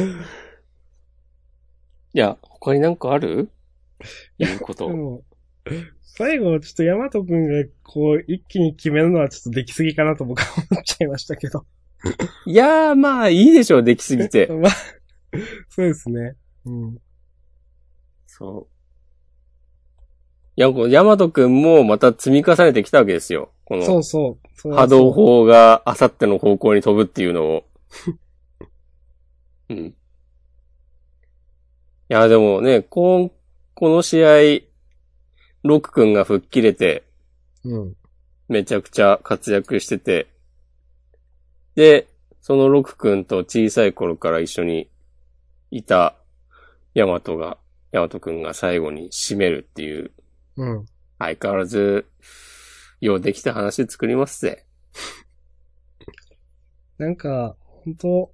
B: う。い、や、他になんかあるいうこ
A: で
B: と。
A: も、最後、ちょっとヤマトくんが、こう、一気に決めるのはちょっとできすぎかなと僕は思っちゃいましたけど。
B: いやー、まあ、いいでしょう、できすぎて。
A: まあ、そうですね。うん。
B: そや、こうヤマトくんもまた積み重ねてきたわけですよ。こ
A: そ
B: の
A: うそう。そう
B: 波動砲があさっての方向に飛ぶっていうのを。うん。いや、でもね、こん、この試合、ロックくんが吹っ切れて、
A: うん。
B: めちゃくちゃ活躍してて、で、そのロク君と小さい頃から一緒にいたヤマトが、ヤマト君が最後に締めるっていう、
A: うん。
B: 相変わらず、ようできた話作りますぜ。
A: なんか、本当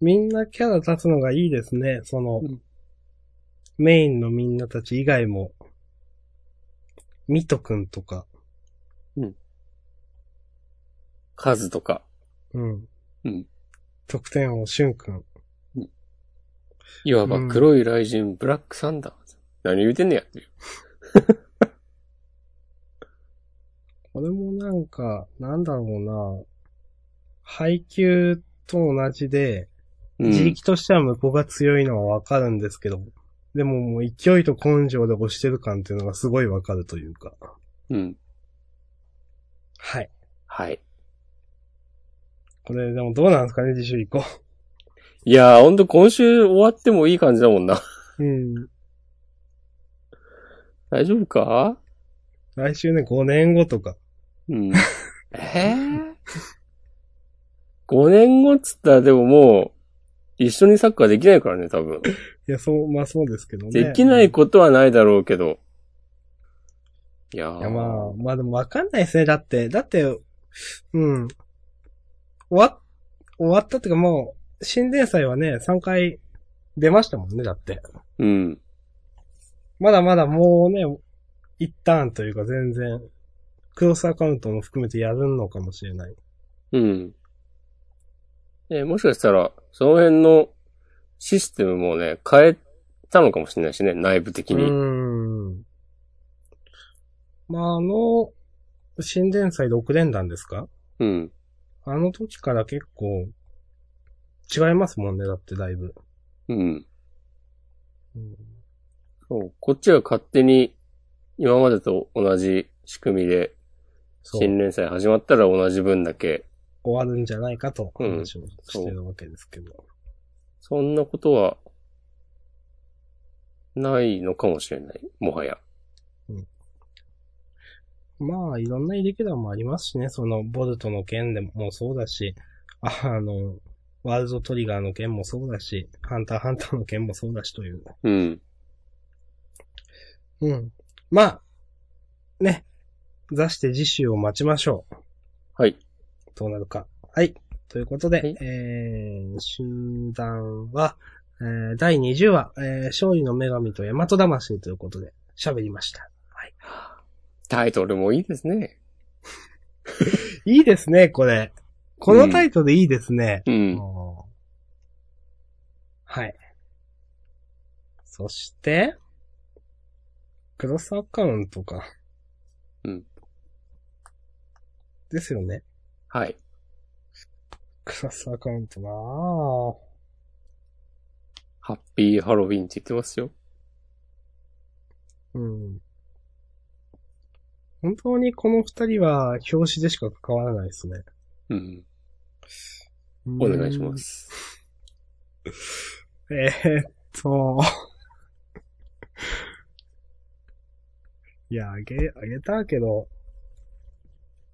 A: みんなキャラ立つのがいいですね。その、
B: うん
A: メインのみんなたち以外も、ミトくんとか、
B: カズとか、
A: うん。
B: うん
A: 得点王、シュンくん。
B: いわば黒い雷神、ブラックサンダー。何言うてんねやっていう。
A: これもなんか、なんだろうな配球と同じで、
B: うん
A: 自力としては向こうが強いのはわかるんですけど、でももう勢いと根性で押してる感っていうのがすごいわかるというか。
B: うん。
A: はい。
B: はい。
A: これ、でもどうなんですかね、次週行こ
B: いやー、ほんと今週終わってもいい感じだもんな。
A: う。うん。
B: 大丈夫か
A: 来週ね、5年後とか。
B: うん。えー、?5 年後っつったらでももう、一緒にサッカーできないからね、多分。
A: いや、そう、まあそうですけどね。
B: できないことはないだろうけど。いやー
A: いや、まあ、まあでもわかんないですね、だって。だって、うん。終わっ、終わったっていうかもう、新連祭はね、3回出ましたもんね、だって。
B: うん。
A: まだまだもうね、一旦というか全然、クロスアカウントも含めてやるのかもしれない。
B: うん。えもしかしたら、その辺のシステムもね、変えたのかもしれないしね、内部的
A: う
B: に。
A: ーん。まああの、新連祭6連弾ですか
B: うん。
A: あの時から結構、違いますもんね、だってだいぶ。
B: うん。
A: うん
B: そうこっちは勝手に、今までと同じ仕組みで、
A: そう。
B: 新連載始まったら同じ分だけ
A: 終わるんじゃないかと話をしてるわけですけど。
B: そんなことは、ないのかもしれない。もはや。
A: まあ、いろんなイレギュラーもありますしね、その、ボルトの件でもそうだし、ああの、ワールドトリガーの件もそうだし、ハンターハンターの件もそうだしという。
B: うん。
A: うん。まあ、ね。座して次週を待ちましょう。
B: はい。
A: どうなるか。はい。ということで、
B: はい
A: えー、集団は、えー、第20話、えー、勝利の女神と大和魂ということで、喋りました。
B: タイトルもいいですね。
A: いいですね、これ。このタイトルいいですね。
B: うん。
A: もうはい。そして、クロスアカウントか。
B: うん。
A: ですよね。
B: はい。
A: クラスアカウントなぁ。
B: ハッピーハロウィンって言ってますよ。
A: うん。本当にこの二人は表紙でしか関わらないですね。
B: うん。お願いします。
A: うん。えー、っと。 いや、あげ、あげたけど、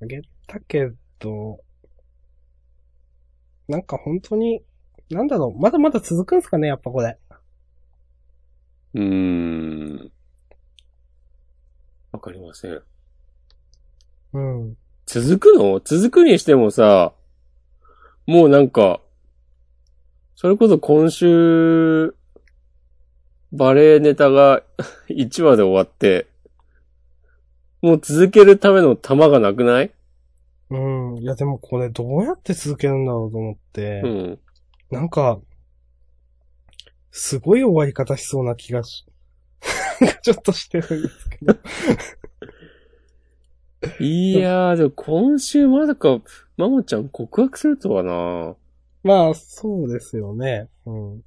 A: あげたけど、なんか本当に、なんだろう、まだまだ続くんすかね、やっぱこれ。
B: うーん。わかりません。
A: うん。
B: 続くの続くにしてもさ、もうなんか、それこそ今週、バレエネタが 1話で終わって、もう続けるための玉がなくない
A: うん。いや、でもこれどうやって続けるんだろうと思って、
B: うん。
A: なんか、すごい終わり方しそうな気がし、 なんかちょっとしてるんですけど。
B: いやー、でも今週まさか、マモちゃん告白するとはな
A: まあ、そうですよね。うん。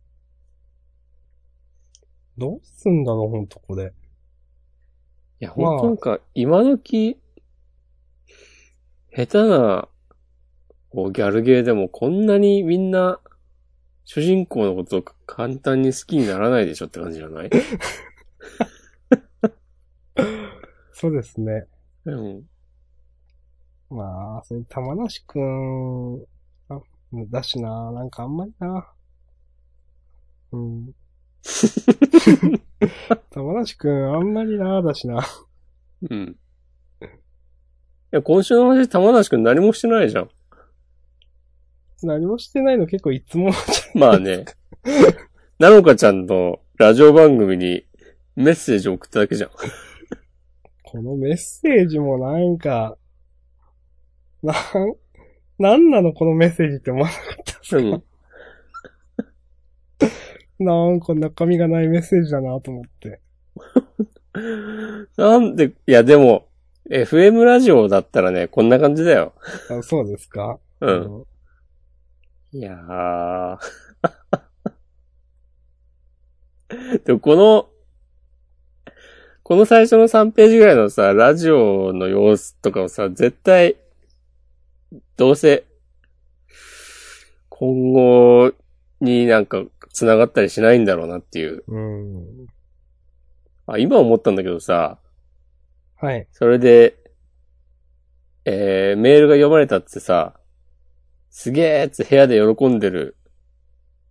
A: どうすんだろう、ほんとこれ。
B: いや、
A: まあ
B: 本当なんか、今時、下手な、こうギャルゲーでもこんなにみんな、主人公のことを簡単に好きにならないでしょって感じじゃない
A: そうですね。
B: うん。
A: まあ、それ、玉梨くん、あ、だしな、なんかあんまりな。 うん。玉梨くん、あんまりな、だしな。
B: うん。いや、今週の話、玉梨くん何もしてないじゃん。
A: 何もしてないの結構いつもじ
B: まあ ね。なのかちゃんのラジオ番組にメッセージを送っただけじゃん。
A: このメッセージもなんか、なん、なんなのこのメッセージって思わなかったっす
B: う
A: か
B: ん。
A: なんか中身がないメッセージだなと思って。
B: なんで、いやでも、FM ラジオだったらね、こんな感じだよ。
A: あそうですか
B: うん。。いやー。 でもこの、この最初の3ページぐらいのさ、ラジオの様子とかをさ、絶対、どうせ、今後になんか繋がったりしないんだろうなっていう。
A: うん。
B: あ、今思ったんだけどさ、
A: はい。
B: それで、えー、メールが読まれたってさ、すげーって部屋で喜んでる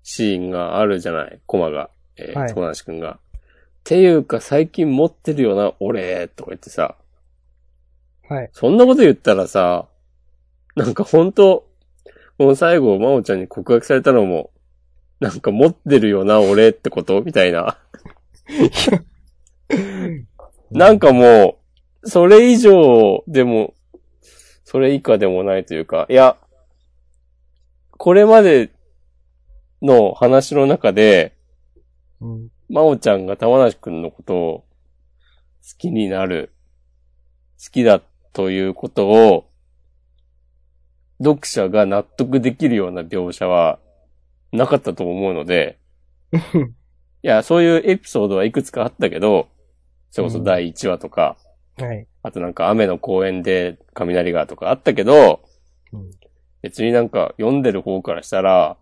B: シーンがあるじゃない、コマが、えー、
A: はい
B: 友達くんが。っていうか最近持ってるよな、俺、とか言ってさ、
A: はい。
B: そんなこと言ったらさ、なんかほんと、この最後、まおちゃんに告白されたのも、なんか持ってるよな、俺ってことみたいな。なんかもう、それ以上でも、それ以下でもないというか、いや、これまでの話の中で、
A: うん、
B: まおちゃんが玉梨くんのことを好きになる、好きだということを、読者が納得できるような描写はなかったと思うの で、いや、そういうエピソードはいくつかあったけど、それこそ第1話とか、
A: はい。
B: あとなんか雨の公園で雷がとかあったけど、
A: うん
B: 別になんか読んでる方からしたら、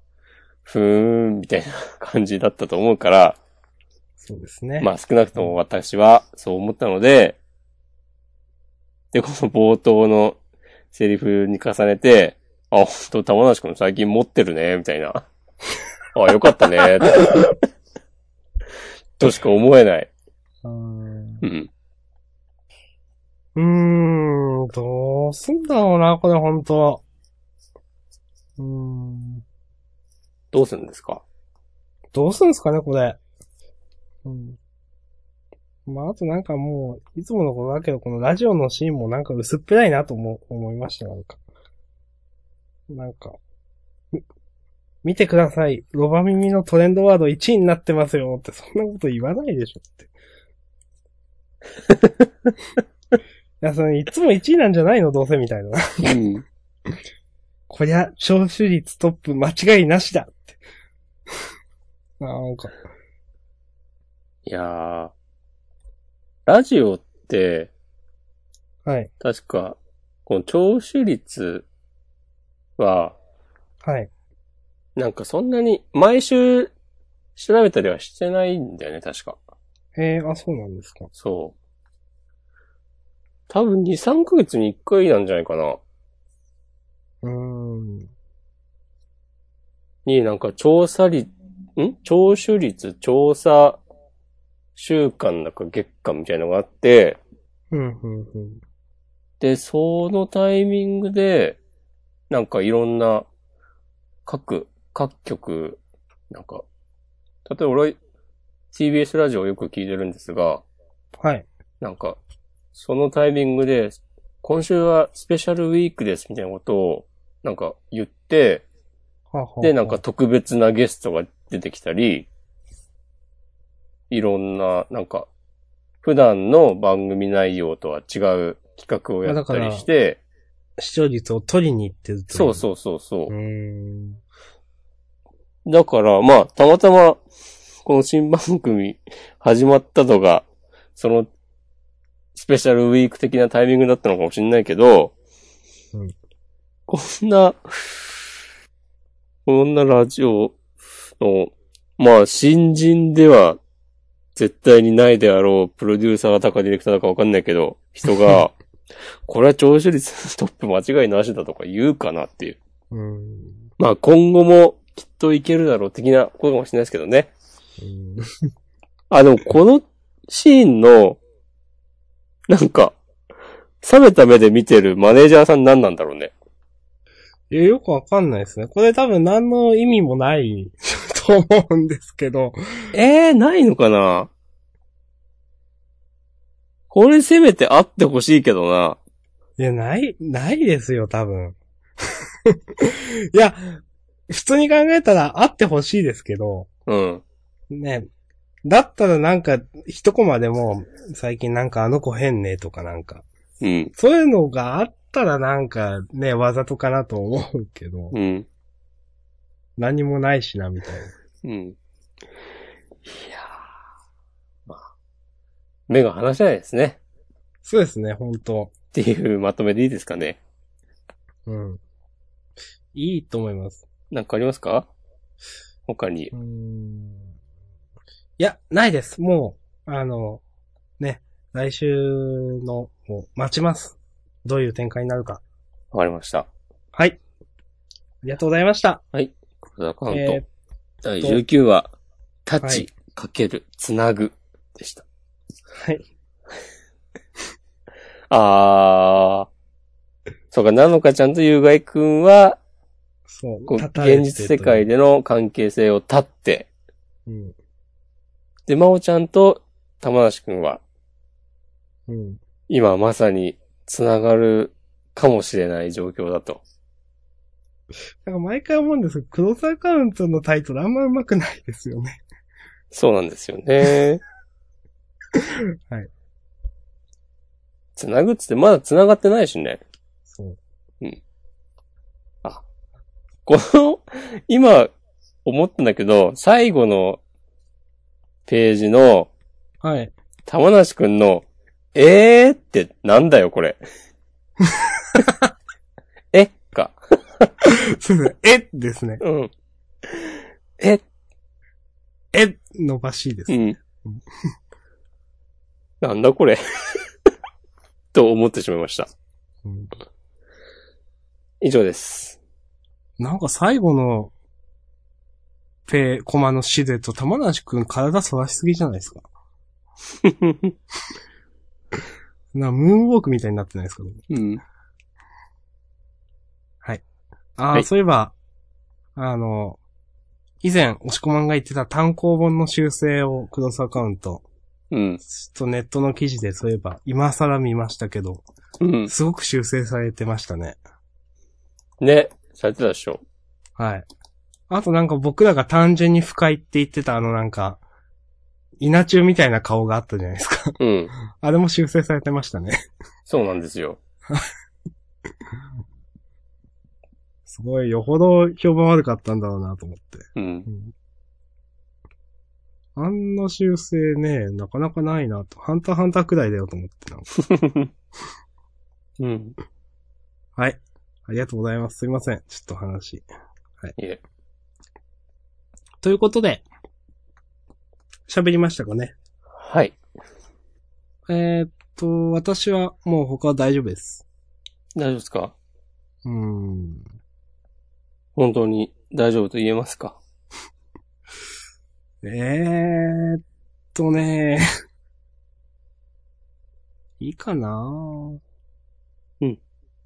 B: ふーんみたいな感じだったと思うから、
A: そうですね。
B: まあ少なくとも私はそう思ったので、で、この冒頭のセリフに重ねて、あ、ほんと、玉梨くん最近持ってるね、みたいな。あ、よかったね、としか思えない。
A: うーん
B: うん。
A: うーん、どうすんだろうな、これ本当うーん、
B: どうするんですか
A: どうすんですかね、これ。うん。まあ、あとなんかもう、いつものことだけど、このラジオのシーンもなんか薄っぺらいなと思、思いました、なんか。なんか、み見てください。ロバ耳のトレンドワード1位になってますよって、そんなこと言わないでしょ って。いや、その、いつも1位なんじゃないのどうせみたいな。
B: うん。
A: こりゃ、聴取率トップ間違いなしだって。なんか、
B: いやー、ラジオって、
A: はい、
B: 確か、この聴取率は、
A: はい。
B: なんかそんなに、毎週調べたりはしてないんだよね、確か。
A: えー、あ、そうなんですか。
B: そう。多分2、3ヶ月に1回なんじゃないかな。
A: うーん。
B: になんか調査率、ん聴取率、調査週間だか月間みたいなのがあって、
A: うん、うん、うん。
B: で、そのタイミングで、なんかいろんな、各、各局、なんか、例えば俺、TBS ラジオをよく聞いてるんですが、
A: はい。
B: なんか、そのタイミングで、今週はスペシャルウィークですみたいなことを、なんか言って、
A: はあはあはあ
B: で、なんか、特別なゲストが出てきたり、いろんな、なんか、普段の番組内容とは違う企画をやったりして、
A: 視聴率を取りに行ってるとい。
B: そうそうそうそ
A: うー
B: うう。
A: ん。
B: だから、まあ、たまたま、この新番組始まったのが、その、スペシャルウィーク的なタイミングだったのかもしれないけど、
A: うん
B: こんな、こんなラジオの、まあ、新人では絶対にないであろう、プロデューサーだかディレクターだかわかんないけど、人が、 これは聴取率トップ間違いなしだとか言うかなっていう。
A: うん。
B: まあ、今後もきっといけるだろう的なことかもしれないですけどね。
A: うん。
B: あ、でもこのシーンの、なんか、冷めた目で見てるマネージャーさん何なんだろうね。
A: いや、よくわかんないですね。これ多分何の意味もない と思うんですけど。
B: えー、ないのかなこれせめてあってほしいけどな。
A: いや、ない、ないですよ、多分。 いや、普通に考えたらあってほしいですけど、
B: うん。
A: ね。だったらなんか、一コマでも、最近なんかあの子変ねとかなんか、
B: うん。
A: そういうのがあったらなんかね、わざとかなと思うけど、
B: うん。
A: 何もないしな、みたいな。
B: うん。いやーまあ、目が離せないですね。
A: そうですね、ほんと。
B: っていうまとめでいいですかね。
A: うん。いいと思います。
B: なんかありますか他に
A: う。ーん。いや、ないです。もう、あの、ね、来週の、もう、待ちます。どういう展開になるか。
B: わかりました。
A: はい。ありがとうございました。
B: 黒田カウント。
A: え
B: 第19話、タッ
A: はい
B: チ、かける、つなぐ、でした。
A: はい。
B: あー。そうか、なのかちゃんとゆうがいくん
A: ー、
B: は、
A: そう、
B: こう、
A: 立たれて
B: 現実世界での関係性を立って、
A: という。
B: で、まおちゃんと玉梨くんは、
A: うん。うん。
B: 今まさに、つながるかもしれない状況だと。
A: なんか毎回思うんですけど、クロスアカウントのタイトルあんま上手くないですよね。。
B: そうなんですよね
A: はい。
B: つなぐっつってまだつながってないしね。
A: そう。
B: この、今、思ったんだけど、最後のページの、
A: はい。
B: 玉梨くんの、えーってなんだよ、こ れ。えか。
A: そうですね。えですね。
B: うん。え、
A: え伸ばしいです
B: う。ん
A: ん。
B: なんだこれ。 と思ってしまいました。
A: うん
B: 以上です。
A: なんか最後の、ペー、コマのシルエット、玉梨くん体反らしすぎじゃないですか。 な、ムーンウォークみたいになってないですか、
B: うん。
A: ああ、
B: はい
A: そういえば、あの、以前、押し込まんが言ってた単行本の修正をクロスアカウント、
B: うん。
A: ちょっとネットの記事でそういえば、今更見ましたけど、
B: うん。
A: すごく修正されてましたね。
B: ね、されてたでしょ。
A: はい。あとなんか僕らが単純に不快って言ってたあのなんか、稲中みたいな顔があったじゃないですか。
B: うん。
A: あれも修正されてましたね。
B: そうなんですよ。
A: すごい、よほど評判悪かったんだろうなと思って。
B: うん。
A: あんな修正ね、なかなかないなと。ハンターハンターくらいだよと思ってなんか。
B: うん。
A: はい。ありがとうございます。すいません。ちょっと話。はい。
B: いえ
A: ということで、喋りましたかね。
B: はい。
A: えー、っと、私はもう他は大丈夫です。
B: 大丈夫ですか
A: うーん。
B: 本当に大丈夫と言えますか
A: えー、っとね いいかな
B: うん。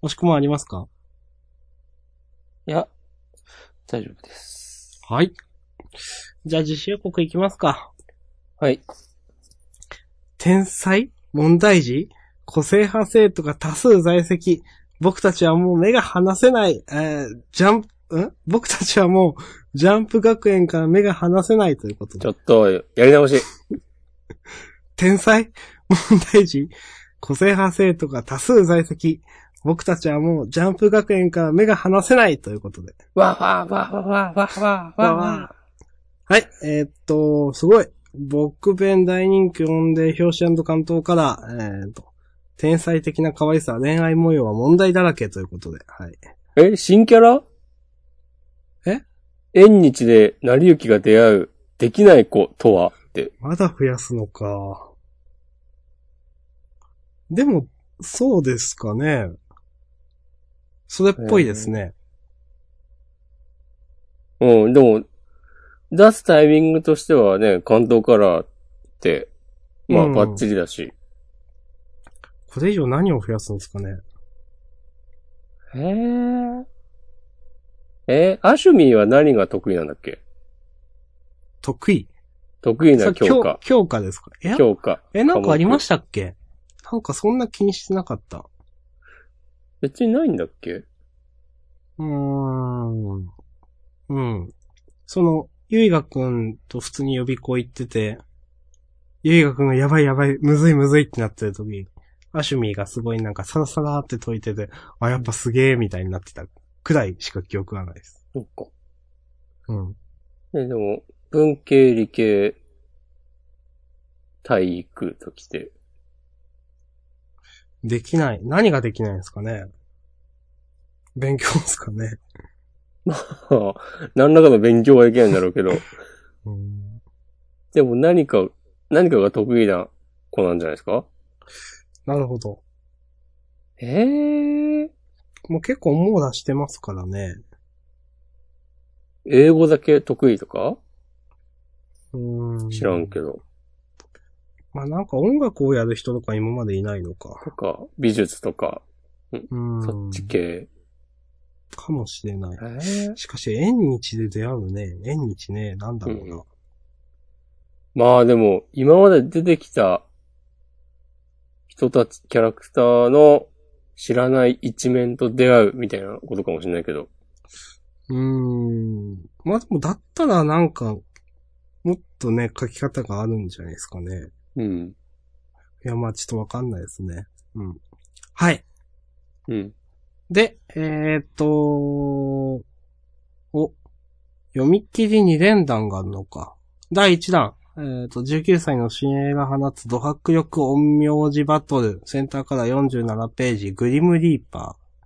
A: もしくもありますか
B: いや、大丈夫です。
A: はい。じゃあ自主予告いきますか。
B: はい。
A: 天才問題児個性派生徒が多数在籍。僕たちはもう目が離せない。えー、ジャンプ、ん僕たちはもう、ジャンプ学園から目が離せないということ
B: ち
A: で
B: ょ。っと、やり直し。
A: 天才問題児個性派生徒が多数在籍。僕たちはもう、ジャンプ学園から目が離せないということで。
B: わわわわわわわわわ
A: はい、えーっと、すごい。僕弁大人気読んで、表紙関東から、えーっと、天才的な可愛さ、恋愛模様は問題だらけということで、はい。
B: え、新キャラ
A: え
B: 縁日で成り行きが出会う、できない子とはって。
A: まだ増やすのか。でも、そうですかね。それっぽいですね。
B: うん、でも、出すタイミングとしてはね、関東カラーって、まあ、
A: うん
B: バッチリだし。
A: これ以上何を増やすんですかね。
B: へえ。え、アシュミーは何が得意なんだっけ
A: 得意。
B: 得意な強
A: 強
B: 化。
A: 強化ですかいや、
B: 強化。
A: え、なんかありましたっけなんかそんな気にしてなかった。
B: 別にないんだっけ
A: うーん。うん。その、ゆいがくんと普通に予備校行ってて、ゆいがくんがやばいやばい、むずいむずいってなってる時、アシュミーがすごいなんかサラサラって解いてて、あ、やっぱすげえみたいになってたくらいしか記憶がないです。
B: そっか。
A: うん。
B: え、でも、文系、理系、体育ときて。
A: できない。何ができないんですかね勉強ですかね。
B: 何らかの勉強はできないんだろうけど。
A: うん。
B: でも何か、何かが得意な子なんじゃないですか
A: なるほど。
B: えー、
A: もう結構網羅してますからね。
B: 英語だけ得意とか
A: うん。
B: 知らんけど。
A: まあなんか音楽をやる人とか今までいないのか。
B: とか、美術とか、
A: うん。
B: そっち系。
A: かもしれない
B: え。ー
A: しかし、縁日で出会うね。縁日ね、なんだろうな。
B: まあでも、今まで出てきた人たち、キャラクターの知らない一面と出会うみたいなことかもしれないけど。
A: うーん。まあでも、だったらなんか、もっとね、書き方があるんじゃないですかね。
B: うん。
A: いや、まあちょっとわかんないですね。うん。はい。
B: うん。
A: で、えー、っと、お、読み切りに連弾があるのか。第1弾、えー、っと、19歳の新鋭が放つド迫力陰陽師バトル、センターから47ページ、グリムリーパー、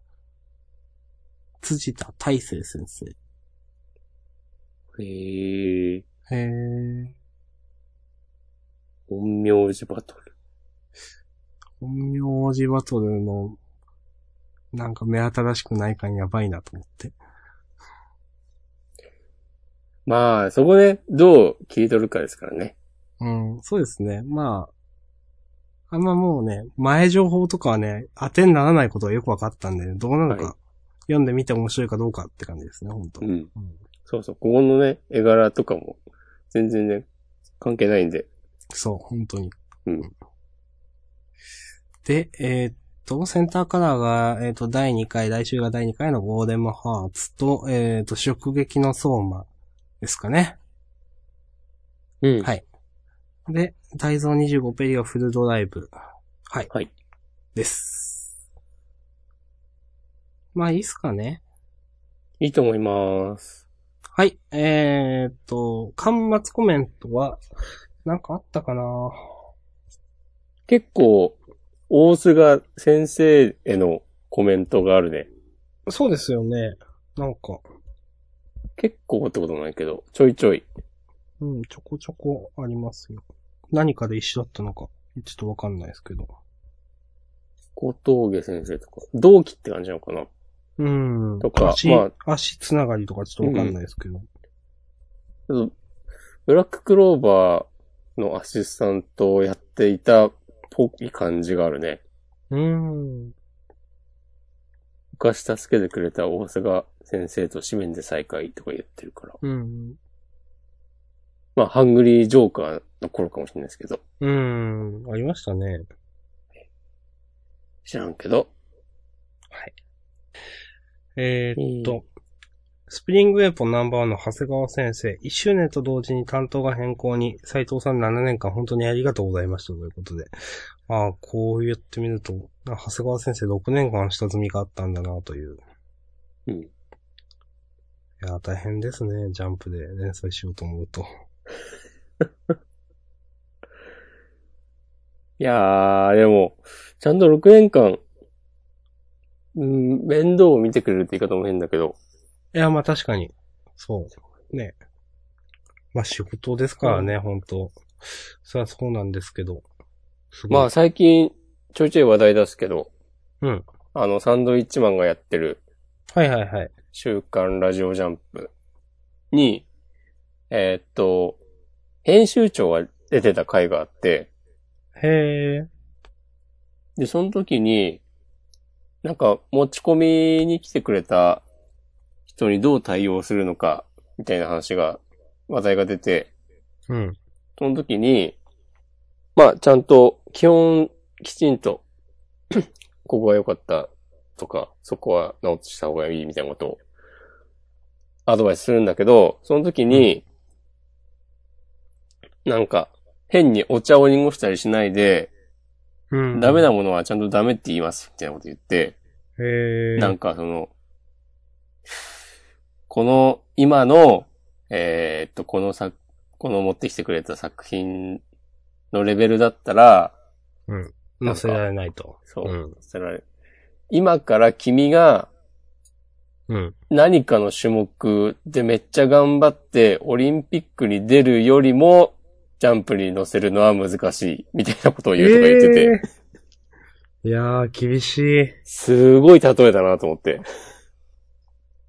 A: 辻田大成先生。
B: へえ、
A: へー、
B: 陰陽師バトル。
A: 陰陽師バトルの、なんか目新しくない感やばいなと思って。
B: まあ、そこでどう切り取るかですからね。
A: うん、そうですね。まあ、あんまもうね、前情報とかはね、当てにならないことがよく分かったんで、どうなのか、
B: は
A: 読んでみて面白いかどうかって感じですね、本当、
B: うん。
A: うん
B: そうそう、ここのね、絵柄とかも、全然ね、関係ないんで。
A: そう、本当に。
B: うん
A: で、えーっと、センターカラーが、えーっと、第2回、来週が第2回のゴーデンマハーツと、えーっと、直撃の相馬ですかね。
B: うん
A: はいで、大蔵25ペリがフルドライブ。はい。
B: はい。
A: です。まあ、いいっすかね。
B: いいと思います。
A: はい。えー、っと、端末コメントは、なんかあったかな
B: 結構、大須が先生へのコメントがあるね。
A: そうですよね。なんか、
B: 結構ってこともないけど、ちょいちょい。
A: うん、ちょこちょこありますよ。何かで一緒だったのか、ちょっとわかんないですけど。
B: 小峠先生とか、同期って感じなのかな
A: うん。
B: とか
A: 足、
B: ま
A: 足つながりとかちょっとわかんないですけど。
B: ちょっとブラッククローバーのアシスタントをやっていたっぽい感じがあるね。
A: うん。
B: 昔助けてくれた大須が先生と紙面で再会とか言ってるから。
A: うん。
B: まあ、ハングリージョーカーの頃かもしれないですけど。
A: うん。ありましたね。
B: 知らんけど。
A: えーっと、スプリングウェポンナンバーワンの長谷川先生、1周年と同時に担当が変更に、斉藤さん7年間本当にありがとうございましたということで。ああ、こう言ってみると、あ長谷川先生6年間下積みがあったんだなという。
B: うん
A: いやー、大変ですね、ジャンプで連載しようと思うと。
B: いやー、でも、ちゃんと6年間、うん、面倒を見てくれるって言い方も変だけど、
A: いや、まあ確かに。そう。ね。まあ仕事ですからね、本当そりゃそうなんですけど。すごい
B: まあ、最近ちょいちょい話題出すけど、
A: うん。
B: あの、サンドイッチマンがやってる
A: はいはいはい。
B: 週刊ラジオジャンプに、えーっと、編集長が出てた回があって、
A: へえ。
B: で、その時に、なんか持ち込みに来てくれた人にどう対応するのか、みたいな話が、話題が出て、
A: うん。
B: その時に、まあ、ちゃんと、基本、きちんと、 ここが良かったとか、そこは直した方がいいみたいなことを、アドバイスするんだけど、その時に、なんか、変にお茶を濁したりしないで、
A: うん。
B: ダメ
A: だ。
B: なものはちゃんとダメって言います、みたいなこと言って、
A: へえ。
B: なんかその、この、今の、えーっと、この作、この持ってきてくれた作品のレベルだったら、
A: 乗せられないと。
B: そうう、
A: ん。
B: それは今から君が
A: うん。
B: 何かの種目でめっちゃ頑張ってオリンピックに出るよりも、ジャンプに乗せるのは難しい、みたいなことを言うとか言ってて、
A: えーいやー、厳しい。
B: すごい例えだなと思って。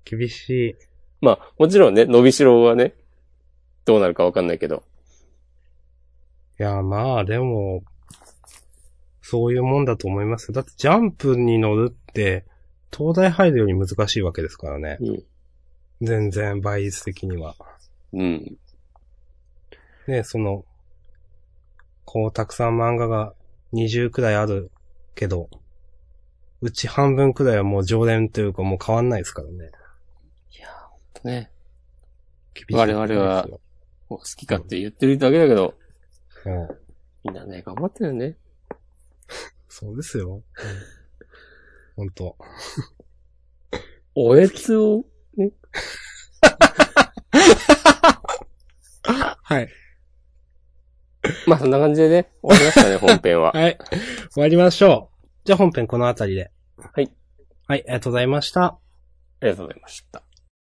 A: 厳しい。
B: まあ、もちろんね、伸びしろはね、どうなるかわかんないけど、
A: いや、まあ、でも、そういうもんだと思いますよ。だって、ジャンプに乗るって、東大入るより難しいわけですからね。
B: うん
A: 全然、倍率的には。
B: うん。
A: ね、その、こう、たくさん漫画が20くらいあるけど、うち半分くらいはもう常連というかもう変わんないですからね。
B: ね。
A: 厳
B: 我々はもう好き勝手言ってるだけだけど、
A: うん。
B: みんなね、頑張ってるよね。
A: そうですよ。本当
B: おえつを、
A: はい。
B: まあそんな感じでね、終わりましたね、本編は。
A: はい。終わりましょう。じゃあ本編この辺りで。
B: は
A: は
B: い。
A: い、ありがとうございました。
B: ありがとうございました。